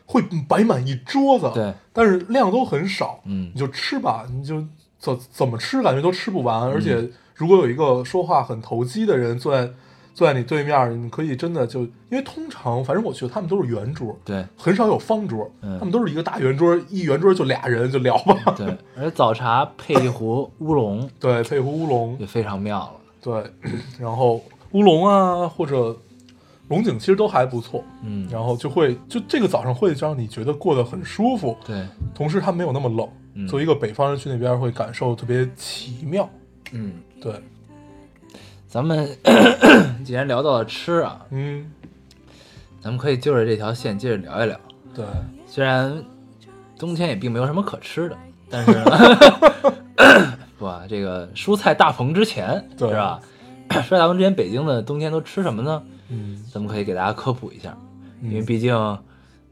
会摆满一桌子，
对，
但是量都很少，
嗯
你就吃吧，你就怎怎么吃感觉都吃不完，而且
嗯
如果有一个说话很投机的人坐在坐在你对面，你可以真的就，因为通常反正我觉得他们都是圆桌，
对
很少有方桌，
嗯
他们都是一个大圆桌，一圆桌就俩人就聊吧，
对，而且早茶配一壶乌龙
对，配壶乌龙，
就非常妙了。
对，然后乌龙啊或者龙井其实都还不错，
嗯，
然后就会就这个早上会让你觉得过得很舒服，
对，
同时它没有那么冷。
嗯
作为一个北方人去那边会感受特别奇妙。
嗯，
对，
咱们 既然聊到了吃啊，
嗯，
咱们可以就着这条线接着聊一聊。
对，
虽然冬天也并没有什么可吃的，但是呢不啊，这个蔬菜大棚之前
对
是吧？ 蔬菜大棚之前，北京的冬天都吃什么呢？
嗯，
咱们可以给大家科普一下，
嗯
因为毕竟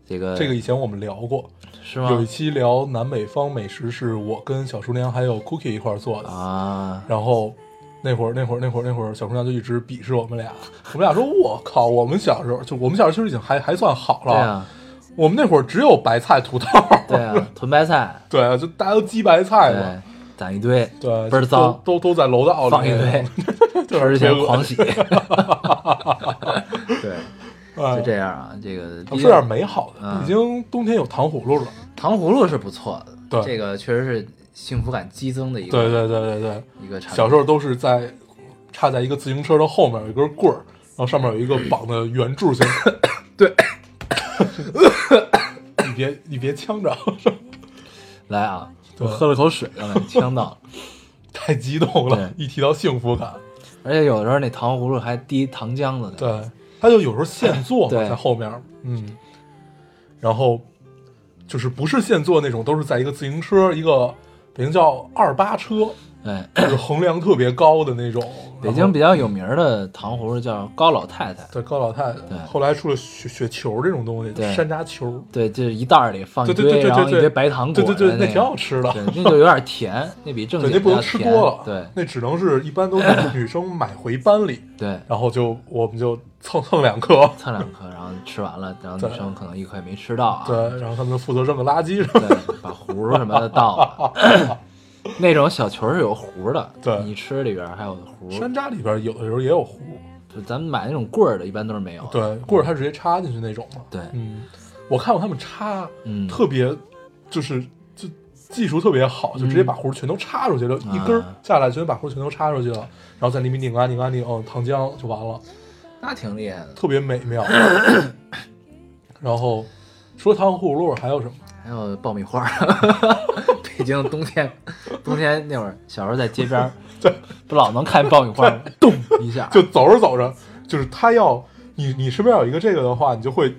这个
这个以前我们聊过，
是
有一
吗？
期聊南北方美食，是我跟小厨娘还有 Cookie 一块儿做的。
啊，
然后那会儿，那会儿，那会儿，那会儿，小厨娘就一直鄙视我们俩。我们俩说：“我靠，我们小时候就我们小时候其实已经还还算好了。
对啊，
我们那会儿只有白菜、土豆，
对啊，屯白菜，
对啊，就大家都鸡白菜嘛，
对，攒一堆，
对，
倍儿
都
脏，
都都在楼道里
放一堆，
就
吃之
是特
前
别恶
狂
心
喜，对，
哎
就这样啊。这个毕
说
竟
点美好的，
嗯
北京冬天有糖葫芦了。
糖葫芦是不错的，
对
这个确实是幸福感激增的一个
对对对对对，
一个产品。
小时候都是在插在一个自行车的后面有一根棍儿，然后上面有一个绑的圆柱形。对， 你别你别呛着，
来啊，
对
我喝了口水， 刚才呛到了。
太激动了。
对
一提到幸福感，
而且有的时候那糖葫芦还滴糖浆子呢。
对，他就有时候现做嘛，
对
在后面，嗯，然后就是不是现做那种，都是在一个自行车，一个北京叫二八车，
哎，
就是衡量特别高的那种。
北
然
京
后
比较有名儿的糖葫芦叫高老太太，
对高老太太
对，
后来出了雪雪球这种东西，
对
山楂球，
对，就是一袋儿里放一
对
哦
对
堆，
对对
然后
对
一
对，
堆白糖果
对
的
对
个，
对，那挺好吃的。
对，那就有点甜， 那比正
对，
经
那不
的
能
要
吃
甜。
多了，
对
那只能是一般 都是女生买回班里，
对，
然后就我们就蹭蹭两颗，
蹭两颗，然后吃完了，然后
对
女生可能一颗也没吃到啊，
对，然后他们就负责扔个垃圾什么的，
对，把核儿什么的倒了。 那种小球儿是有核儿的，
对
你吃里边儿还有核儿。
山楂里边有的时候也有核，
就咱们买那种棍儿的，一般都是没有的。
对，棍儿它直接插进去那种嘛，
对
嗯，我看过他们插，
嗯
特别就是就技术特别好，就直接把核全都插出去了，一根儿
嗯啊
下来，直接把核全都插出去了，然后在里面拧啊拧啊拧，嗯，糖浆就完了，
那挺厉害的。
特别美妙。 然后除了糖葫芦还有什么？
还有爆米花儿， 北京冬天，冬天那会儿小时候在街边儿，不老能看爆米花 儿，咚一下，
就走着走着，就是他要你你身边有一个这个的话，你就会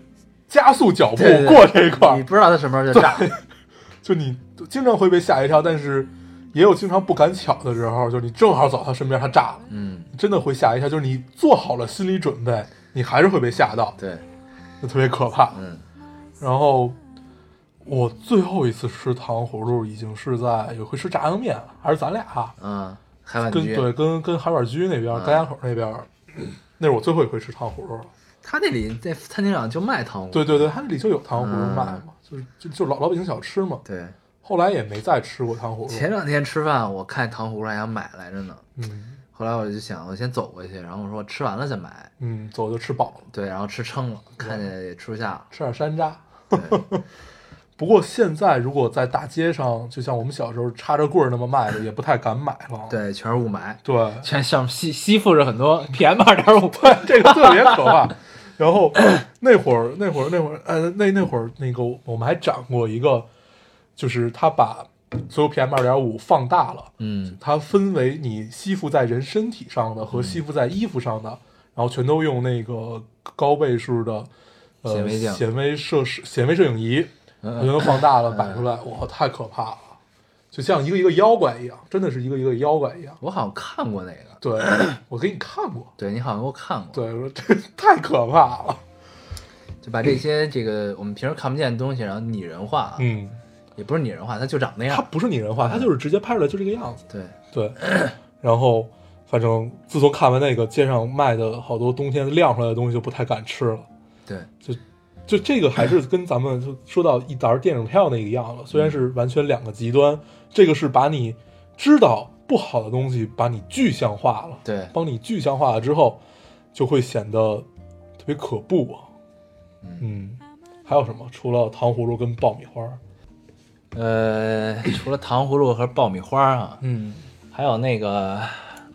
加速脚步
对对对
过这一块
你
儿，
不知道它什么时候就炸。
就你经常会被吓一跳，但是也有经常不敢抢的时候，就是你正好走到他身边，他炸了，
嗯，
真的会吓一跳。就是你做好了心理准备，你还是会被吓到，
对，
就特别可怕。
嗯
然后我最后一次吃糖葫芦已经是在有回吃炸酱面，还是咱俩、
啊，海碗
跟
居，
对跟跟海碗居那边、
啊
张家口那边，那是我最后一回吃糖葫芦了。
他那里在餐厅上就卖糖葫芦。
对对对，它那里就有糖葫芦
嗯
卖嘛，就是就就老老北京小吃嘛。
对，
后来也没再吃过糖葫芦。
前两天吃饭我看糖葫芦还想买来着呢，
嗯
后来我就想我先走过去，然后我说吃完了再买，
嗯，走就吃饱了，
对，然后吃撑了，看见也吃不下了，
吃点山楂。
对
不过现在如果在大街上，就像我们小时候插着棍儿那么卖的，也不太敢买了。
对，全是雾霾，
对，
全像吸吸附着很多 PM 二点五，
这个特别可怕。然后 那会儿，那会儿，那会儿，呃，那那会儿，那个我们还展过一个，就是他把所有 PM 二点五放大了，
嗯，
它分为你吸附在人身体上的和吸附在衣服上的，然后全都用那个高倍数的呃
显微镜嗯
显微摄摄显微摄影仪，全都放大了摆出来，哇，太可怕了，就像一个一个妖怪一样，真的是一个一个妖怪一样。
我好像看过那个，
对，我给你看过，
对你好像给我看过，
对，我说这太可怕了，
就把这些这个我们平时看不见的东西，然后拟人化啊，
嗯，
也不是拟人化，它就长那
它
样，
不是拟人化，它就是直接拍出来就这个样子。
对，
对， 然后反正自从看完那个，街上卖的好多冬天晾出来的东西就不太敢吃了。
对，
就就这个还是跟咱们就说到一沓电影票那个样了，虽然是完全两个极端，这个是把你知道不好的东西把你具象化了，
对
帮你具象化了之后，就会显得特别可怖啊。嗯，还有什么？除了糖葫芦跟爆米花，
呃， 除了糖葫芦和爆米花啊，
嗯，
还有那个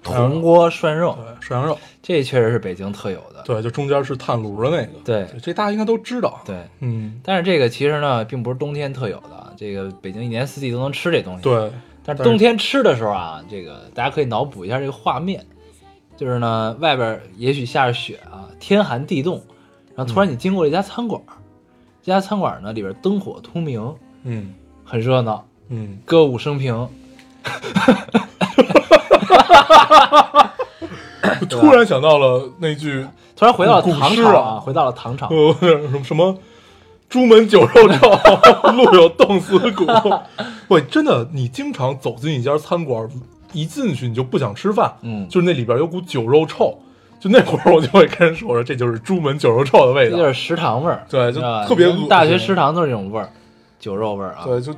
铜锅涮肉
对，，涮羊肉，
这确实是北京特有的。
对，就中间是炭炉的那个，
对
这大家应该都知道。，
对
嗯，
但是这个其实呢，并不是冬天特有的，啊这个北京一年四季都能吃这东西。，
对，
但是冬天吃的时候啊，这个大家可以脑补一下这个画面，就是呢，外边也许下着雪啊，天寒地冻，然后突
嗯
然你经过了一家餐馆，这家餐馆呢里边灯火通明，
嗯
很热闹，
嗯，
歌舞升平，
我
啊
突然想到了那句
突然回到了
古
唐
诗
朝
啊
回到了唐朝。
呃，什么什么朱门酒肉臭， 路有冻死骨。 喂，真的，你经常走进一家餐馆，一进去你就不想吃饭，
嗯
就是那里边有股酒肉臭，就那会儿我就会跟人说，我说这就是朱门酒肉臭的味
这
道，
就是食堂味儿，
对就
你知道吧
特别恶心
大学食堂都是这种味儿，酒肉味儿啊，
对，就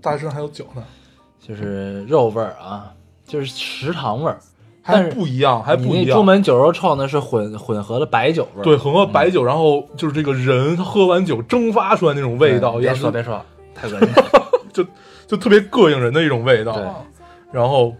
大身上还有酒呢，
就是肉味儿啊，就是食堂味儿，但
还
是
不一样，还不
你
一
那朱
样。
门酒肉臭呢是混混合了白酒味儿，嗯
对，混合白酒，然后就是这个人他喝完酒蒸发出来那种味道，
别
也
说
是
别说，太恶心了。
就就特别膈应人的一种味道
对
啊。然后，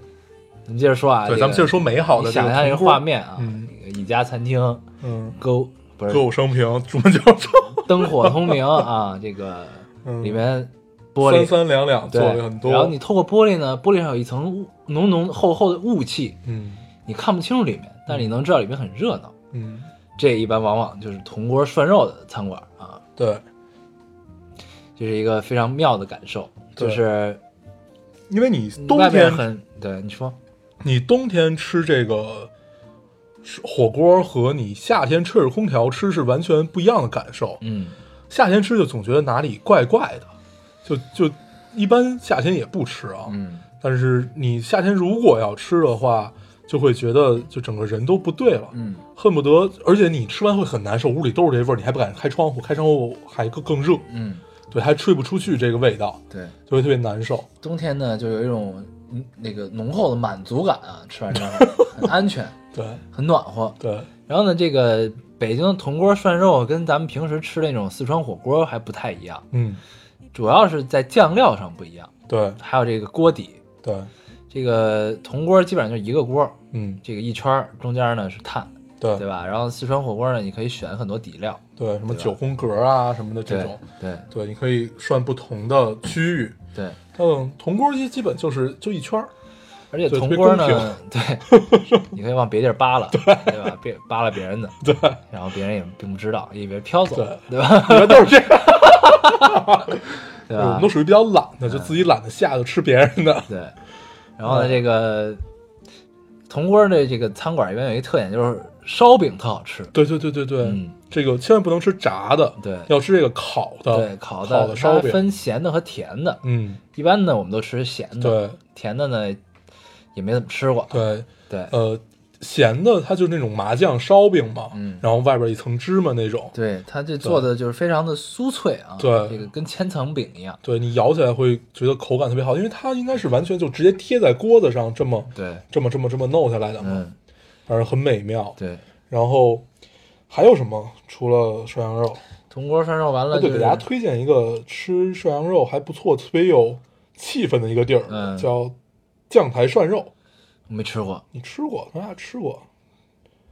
你接着说啊，
对，
这
咱们接着
个
说美好的
你
这
想象一个
铜锅
画，面啊，
嗯
那个一家餐厅，
嗯，
歌舞不是
歌舞升平，朱门酒肉臭，
灯火通明啊，这个
嗯
里面玻璃
三三两两
对
做了很多，
然后你透过玻璃呢，玻璃上有一层雾浓浓厚厚的雾气，
嗯
你看不清楚里面，但是你能知道里面很热闹。
嗯，
这一般往往就是铜锅涮肉的餐馆啊，
对
这、是一个非常妙的感受，
对
就是
因为你
嗯
冬
外面
天
很对，你说
你冬天吃这个吃火锅和你夏天吹着空调吃是完全不一样的感受。
嗯，
夏天吃就总觉得哪里怪怪的，就就一般夏天也不吃啊。
嗯，
但是你夏天如果要吃的话，就会觉得就整个人都不对了，
嗯，
恨不得，而且你吃完会很难受，屋里都是这味儿，你还不敢开窗户，开窗户还更更热，
嗯，
对，还吹不出去这个味道，
对，
就会特别难受。
冬天呢就有一种嗯那个浓厚的满足感啊，吃完之后很安全，
对
很暖和。
对，
然后呢，这个北京的铜锅涮肉跟咱们平时吃那种四川火锅还不太一样，
嗯，
主要是在酱料上不一样，
对
还有这个锅底。
对，
这个铜锅基本上就一个锅，
嗯
这个一圈儿中间呢是碳，
对
对吧？然后四川火锅呢，你可以选很多底料，
对，什么
对吧
九宫格啊什么的这
对
种，
对
对，你可以涮不同的区域。
对，
嗯，铜锅鸡基本就是就一圈儿，
而且
对
铜锅
特别
呢，对， 你可以往别地儿扒拉，对吧？别扒拉别人的，
对，
然后别人也并不知道，也别飘走，
对
对吧？
你们都是这样，
对
我
吧
们都？属于比较懒的，就自己懒得下，就吃别人的。
对。然后呢，这个铜锅的这个餐馆一般有一个特点，就是烧饼特好吃，
对对对对对，
嗯
这个千万不能吃炸的，
对
要吃这个烤的，
对，烤
的
的
烧
它
饼，
分咸的和甜的，
嗯，
一般呢我们都吃咸的，
对
甜的呢也没怎么吃过，
对，
对
呃，咸的它就是那种麻酱烧饼嘛，
嗯
然后外边一层芝麻那种，
对，它这做的就是非常的酥脆啊，
对
这个跟千层饼一样，
对你咬起来会觉得口感特别好，因为它应该是完全就直接贴在锅子上这么
对，
这么这么这么弄下来的嘛，
嗯，
反正很美妙。
对，
然后还有什么？除了涮羊肉，
铜锅涮肉完
我
了
对，
就
给
是
大家推荐一个吃涮羊肉还不错、特别有气氛的一个地儿，
嗯
叫酱台涮肉。
我没吃过，
你吃过？咱俩吃过，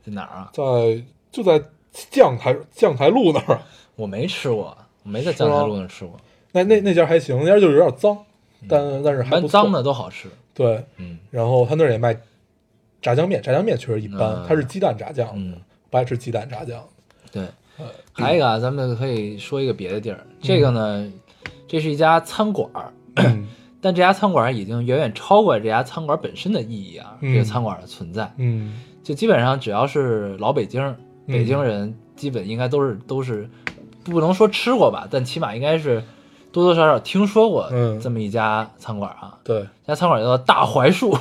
在哪儿啊？
在就在酱台酱台路那儿，
我没吃过，我没在江台路那吃过，
那那那家还行，那家就是有点脏，但但是
嗯
还
蛮
不错
脏的都好吃，
对，
嗯
然后他那儿也卖炸酱面，炸酱面确实一般
嗯，
它是鸡蛋炸酱，
嗯，
不爱吃鸡蛋炸 酱。
对。
呃
还有一个啊，咱们可以说一个别的地儿，这个呢，这是一家餐馆儿，
嗯
但这家餐馆儿已经远远超过这家餐馆儿本身的意义啊，
嗯
这个餐馆儿的存在，
嗯，
就基本上只要是老北京，北京人基本应该都是都是，不能说吃过吧，但起码应该是多多少少听说过
嗯
这么一家餐馆啊。
对
这家餐馆叫做大槐 树，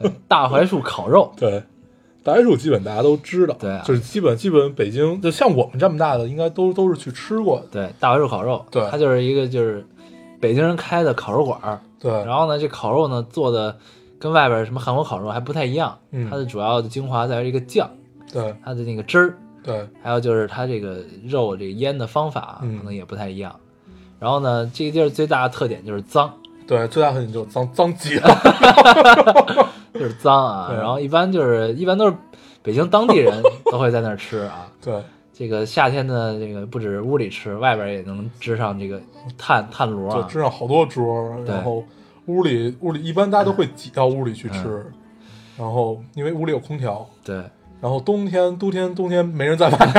对大槐树烤肉。
对，大白薯基本大家都知道，
对啊
就是基本基本北京就像我们这么大的，应该都都是去吃过的。
对，大槐树烤肉，
对
它就是一个就是北京人开的烤肉馆儿。
对，
然后呢，这烤肉呢做的跟外边什么韩国烤肉还不太一样，
嗯
它的主要的精华在于这个酱，
对
它的那个汁儿，
对，
还有就是它这个肉这个腌的方法啊
嗯
可能也不太一样。然后呢，这个地儿最大的特点就是脏，
对，最大特点就是脏脏极 了。
就是脏啊。
对
然后一般就是一般都是北京当地 人都会在那儿吃啊。
对
这个夏天呢，这个不止屋里吃，外边也能支上这个炭炭炉
就
啊。
支上好多桌儿，
对嗯
然后屋里屋里一般大家都会挤到屋里去吃，然后因为屋里有空调，
对
然后冬天冬天冬天没人在外面，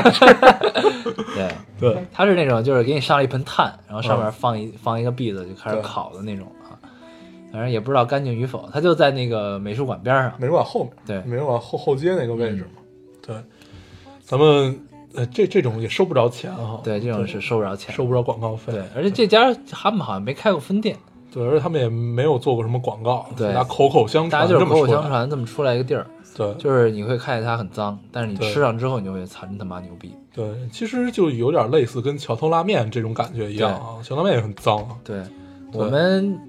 对，
对
它是那种就是给你上了一盆炭，然后上面
嗯
放一、放一个篦子就开始
对
烤的那种啊。反正也不知道干净与否，它就在那个美术馆边上。
美术馆后面，
对嗯
美术馆后后街那个位置嘛，对，咱们呃这这种也收不着钱哈，
对，这种是收不着钱的。
收不着广告费，
对，而且这家他们好像没开过分店，
对，而且他们也没有做过什么广告，
对
大家口口相
大
传，
家就是口口
这么
相
说的，
传这么出来一个地儿，
对，
就是你会看见它很脏，但是你
对
吃上之后，你就会操，真他妈牛逼。
对，其实就有点类似跟桥头拉面这种感觉一样啊，桥头拉面也很脏啊，
对
对
我们，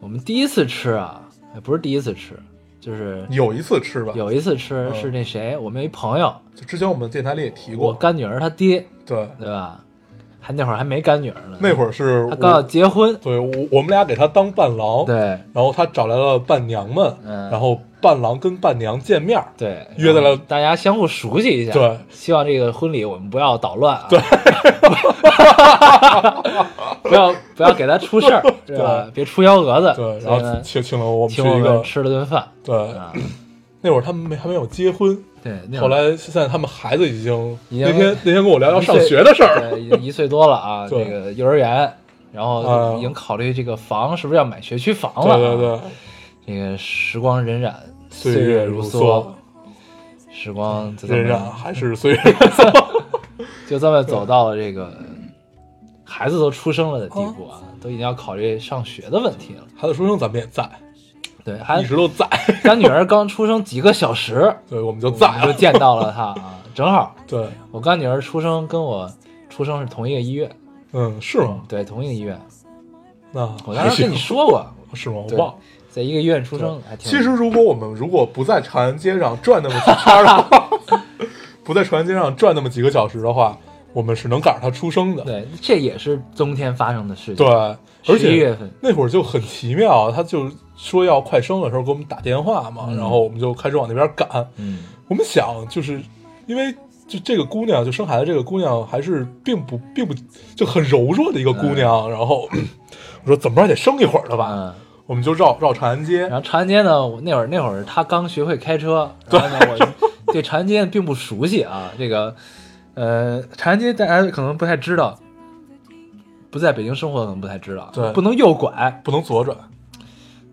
我们第一次吃啊，哎不是第一次吃，就是
有一次吃吧，
有一次吃
嗯
是那谁，我们有一朋友，
就之前我们电台里也提
我
过，
干女儿她爹，
对，
对吧？还那会儿还没干女儿呢，
那会儿是
他刚要
我
结婚，
对我我们俩给他当伴郎，
对
然后他找来了伴娘们，
嗯
然后伴郎跟伴娘见面儿，
对，
约在了
然后大家相互熟悉一下，
对
希望这个婚礼我们不要捣乱啊，对， 不要不要给他出 事儿，对吧？别出幺蛾子，
对，
所以
然
呢
后请请了我们去
请我
一
们
个，
吃了顿饭，
对，
啊，
那会儿他们没还没有结婚，
对，那会
后
儿
来现在他们孩子已经
已经
那天那天跟我聊聊
一
上
岁
学的事儿了，
对已经一岁多了啊，这
对
个幼儿园，然后已经考虑这个房是不是要买学区房了。啊
对对对，
这个时光荏苒，
岁
月
月
如
如
梭
梭，啊
时光就这
仍然
么
还是 岁月。
就这么走到了这个孩子都出生了的地步
哦
啊，都已经要考虑上学的问题了。
孩子出生咱们也在，
对，还
一 直都在，
咱女儿刚出生几个小 时，
对，我们就
我
在
们就
了。
见到了她啊，正好
对，
我干女儿出生跟我出生是同一个医院，
嗯，是吗？
对，同一个医院。
那
我当时跟你说过，
还是有是吗？我
对
忘了。
在一个医院出生，还挺
其实，如果我们如果不在长安街上转那么几圈儿的话，不在长安街上转那么几个小时的话，我们是能赶上他出生的。
对，这也是冬天发生的事情。
对，，而
11
且
月份
那会儿就很奇妙，他就说要快生的时候给我们打电话嘛，然后我们就开始往那边赶。
嗯，
我们想，就是因为就这个姑娘，就生孩子这个姑娘，还是并不并不就很柔弱的一个姑娘。然后 我说，怎么着也得生一会儿了吧？
嗯，
我们就绕绕长安街
然，后长安街呢，我那会儿那会儿他刚学会开车，然后呢，我对长安街并不熟悉啊。这个，呃，长安街大家可能不太知道，不在北京生活可能不太知道，
对
不能右拐，
不能左转。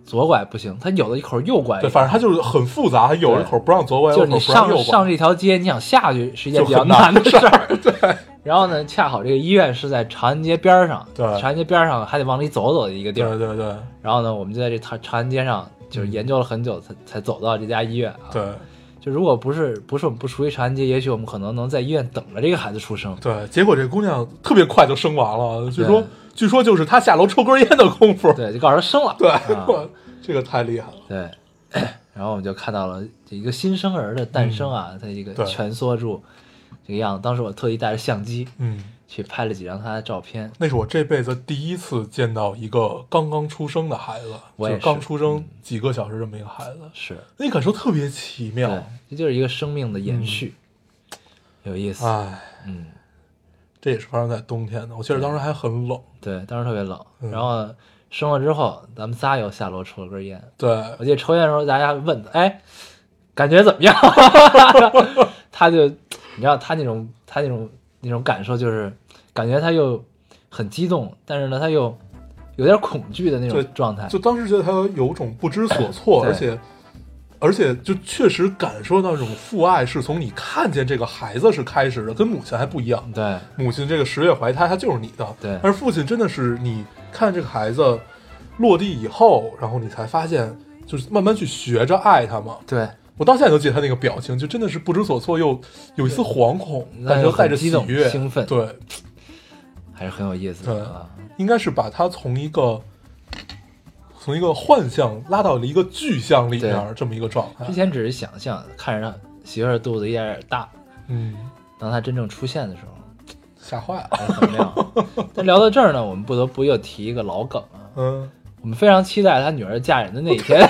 左拐不行，它有的一口右拐，
对，反正它就是很复杂，有一口不让左拐，
就
有
是你
一口不让
上
右
上
拐，
这条街，你想下去是一件
就
比较
很难
的事儿。 对。然后呢，恰好这个医院是在长安街边儿上，
对
长安街边儿上还得往里走走的一个地
对
儿。
对对
然后呢，我们就在这长长安街上，就是研究了很久才才走到这家医院啊。，
对
就如果不是不是我们不熟悉长安街，也许我们可能能在医院等着这个孩子出生。
对，结果这姑娘特别快就生完了，据说
对
据说就是她下楼抽根烟的功夫，
对，就告诉他生了。
对
啊，
我这个太厉害了，
对。 然后我们就看到了这一个新生儿的诞生啊，他一个
嗯对
蜷缩住这个样子。当时我特意带着相机
嗯，
去拍了几张他的照片。
那是我这辈子第一次见到一个刚刚出生的孩子，
我
就
也是
是刚出生几个小时这么一个孩子，
是，
那感受特别奇
对
妙，，嗯
这就是一个生命的延续，有意思。
哎，
嗯，
这也是发生在冬天的，我记得当时还很冷，
对，当时特别冷，
嗯
然后生了之后，咱们仨又下楼抽了根烟。
对，
我记得抽烟的时候，大家问他，哎，感觉怎么样？ 他就，你知道他那种他那种那种感受，就是感觉他又很激动，但是呢，他又有点恐惧的那种
对
状态。
就当时觉得他有种不知所措，
哎对
而且而且就确实感受到这种父爱是从你看见这个孩子是开始的，跟母亲还不一样。
对，
母亲这个十月怀胎，他就是你的，
对
但是父亲真的是你看这个孩子落地以后，然后你才发现，就是慢慢去学着爱他嘛。
对，
我到现在都记得他那个表情，就真的是不知所措，又有一丝惶恐，
那
但是
就
又
很
带着
激
喜
动
悦、
兴奋
对，
还是很有意思的啊。
应该是把他从一个从一个幻象拉到了一个具象里面儿这么一个状态
之。前只是想象，看着媳妇儿肚子有点大，
嗯，
当他真正出现的时候，
吓坏了。
还是很妙。但聊到这儿呢，我们不得不又提一个老梗啊，
嗯，
我们非常期待他女儿嫁人的那一 天。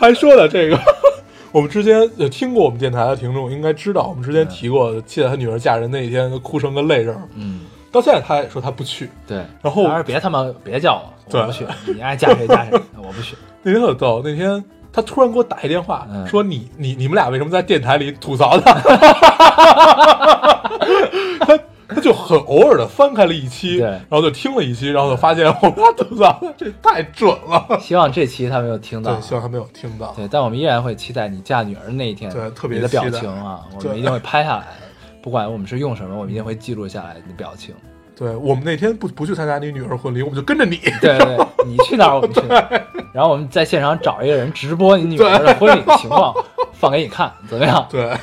还说了这个， 我们之前有听过我们电台的听众应该知道，我们之前提过，记得他女儿嫁人那一天，她哭成个泪人儿。
嗯，
到现在他也说他不去，
对。
然后
当然别他妈别叫我，我
对
不去，你爱嫁谁嫁谁，我不去。
那天特逗，那天他突然给我打一电话，
嗯
说你你你们俩为什么在电台里吐槽他？ 他他就很偶尔的翻开了一期，
对
然后就听了一期，然后就发现我们俩吐槽他，这太准了。
希望这期他没有听到
对，。希望他没有听到。
对，但我们依然会期待你嫁女儿的那一天，
对特别
你的表
期待
情啊，我们
对
一定会拍下来，不管我们是用什么，我们一定会记录下来你的表 情。
对我们那天不不去参加你女儿婚礼，我们就跟着你。
对对，对，你去哪儿我们去哪儿，然后我们在现场找一个人直播你女儿的婚礼情况，放给你看，怎么样？
对，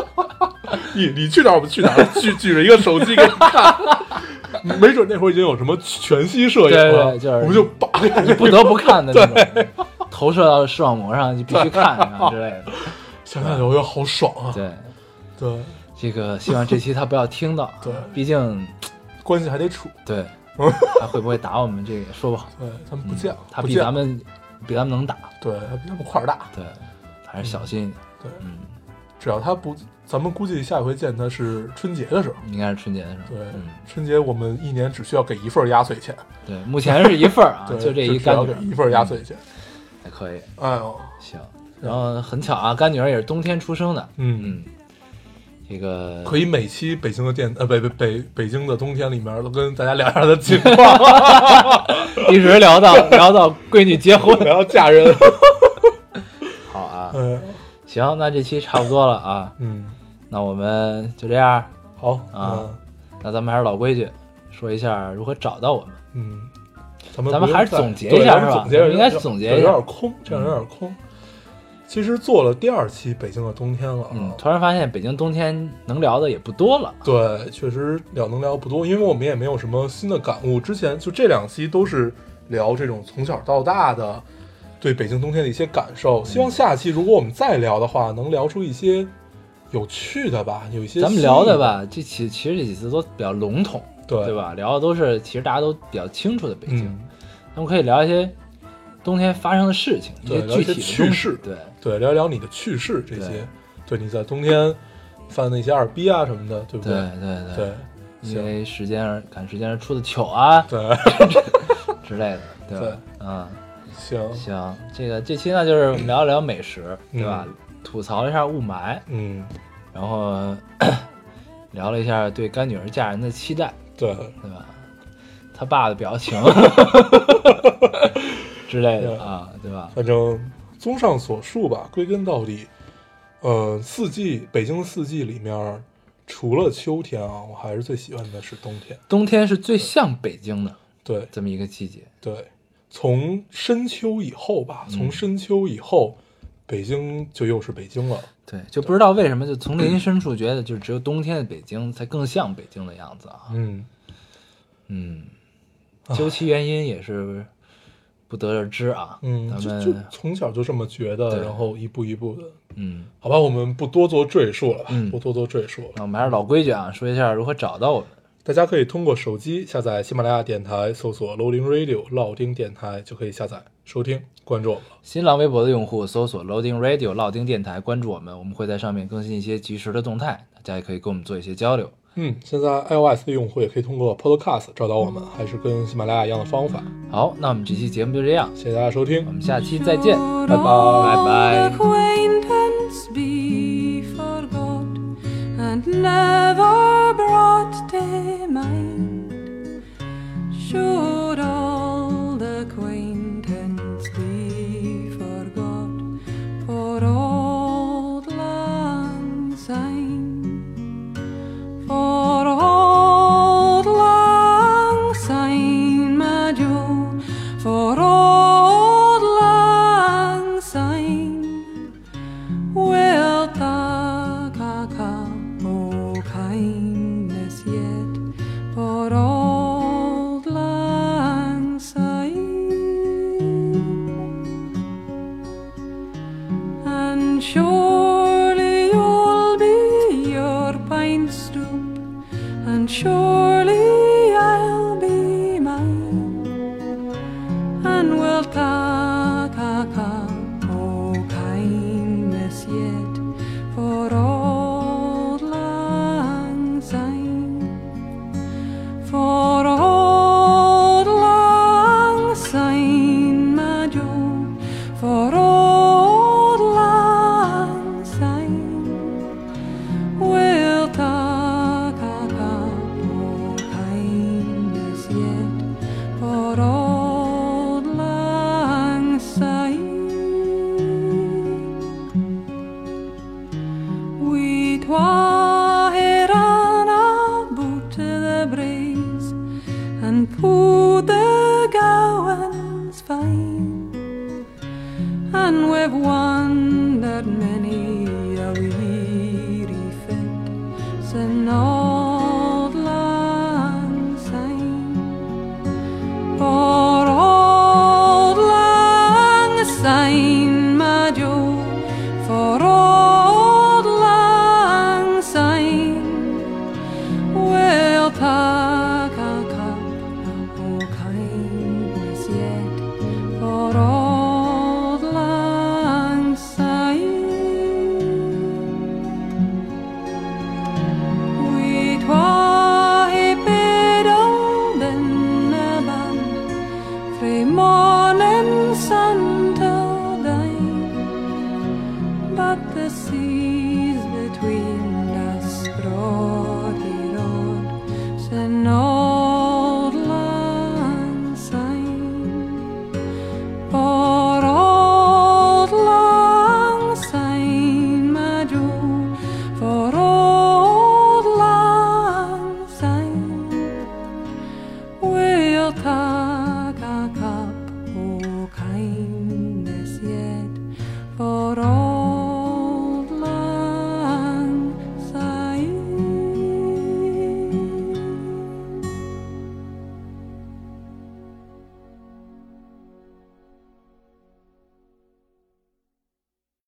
你你去哪儿我们去哪儿，举举着一个手机给你看。 没准那会儿已经有什么全息摄影
对对
了，
就是
我们就叭开
你不得不看的那种，投射到视网膜上，你必须看啊之类的。
想想就觉得好爽啊！
对，
对，
这个希望这期他不要听到，
对
毕竟
关系还得处。
对，他会不会打我们这个也说不好，
对，他们不犟，
嗯他
不
比
犟
咱们比咱们能打，
对，他比他们块儿大。
对，还是小心一点，
对，
嗯，
只要他不，咱们估计下一回见他是春节的时候。
应该是春节的时候，
对，
嗯，
春节我们一年只需要给一份压岁钱，
对，目前是一份儿啊，
对，
就这一
只要
干女
给
儿嗯
一份压岁钱。
还可以，
哎呦，
行，然后很巧啊，干女儿也是冬天出生的，
嗯，
嗯，这个
可以每期北京的电呃北北北北京的冬天里面都跟大家聊一下的 近况，
一直聊 到聊到闺女结婚。
啊聊嫁人。
好啊，
嗯
行，那这期差不多了啊，
嗯，
那我们就这样。
好
啊，那咱们还是老规矩，说一下如何找到我们。
嗯，咱们
咱们还是总结一下
对咱们
是吧
总结一下
应该是总结一下
有点空，这样有点空。其实做了第二期北京的冬天了啊，
嗯，突然发现北京冬天能聊的也不多了。
对，确实聊能聊不多，因为我们也没有什么新的感悟。之前就这两期都是聊这种从小到大的对北京冬天的一些感
嗯
受。希望下期如果我们再聊的话，能聊出一些有趣的吧，有一些
咱们
新
聊的，吧，这其其实这几次都比较笼统，
对
对？吧？聊的都是其实大家都比较清楚的北京，
嗯，
咱们可以聊一些冬天发生的事情，一
对
些
聊一
具
些
体的
趣
东
事
西。对，
对，聊一聊你的趣事这些，对你在冬天犯的一些二逼啊什么的，对不
对
对？
对
对，
因
行，
为时间而赶时间而出的糗啊
对，
之类的，对吧？嗯，
行，
行，这个这期呢就是我们聊一聊美食，对吧？吐槽一下雾霾，
嗯，
然后 聊了一下对干女儿嫁人的期待，
对，
对吧？他爸的表 情之类的啊，对吧？
反正综上所述吧，归根到底，呃，四季北京的四季里面，除了秋天啊，我还是最喜欢的是冬天。
冬天是最像北京的
对
这么一个季节，
对，从深秋以后吧，
嗯
从深秋以后，北京就又是北京了。
对，就不知道为什么，就从内心深处觉得，就只有冬天的北京才更像北京的样子啊。
嗯，
嗯，究其原因也是不得而知啊。
嗯，
咱
就就
们
从小就这么觉得，
对
然后一步一步的，
嗯，
好吧，我们不多做赘述了吧，
嗯
不多做赘述了。
那我们还是老规矩啊，说一下如何找到我们。
大家可以通过手机下载喜马拉雅电台，搜索 Loading Radio 老丁电台就可以下载收听，关注我们了。
新浪微博的用户搜索 Loading Radio 老丁电台，关注我们，我们会在上面更新一些及时的动态，大家也可以跟我们做一些交流。
嗯，现在 iOS 的用户也可以通过 Podcast 找到我们，还是跟喜马拉雅一样的方法。
好，那我们这期节目就这样，
谢谢大家收听
我。们下期再见，
Should
拜拜，拜
old
拜。
Acquaintance be forgot and never brought to mind. Should old acquaintance be forgot for old lang syne? For old lang syne, my jo, for old lang syne, will thou come, O kindness yet, for old lang syne? And surely you'll be your pine stoop, and surely I'll be mine. And we'll talk a oh kindness yet for old lang syne. For old lang syne, my jo, for old lang syne, we'll talk about kindness yet for old lang syne. We twa had on a boot to the breeze and pulled the gowans fine. And we've wandered many a weary fit sin old lang syne. For old lang syne,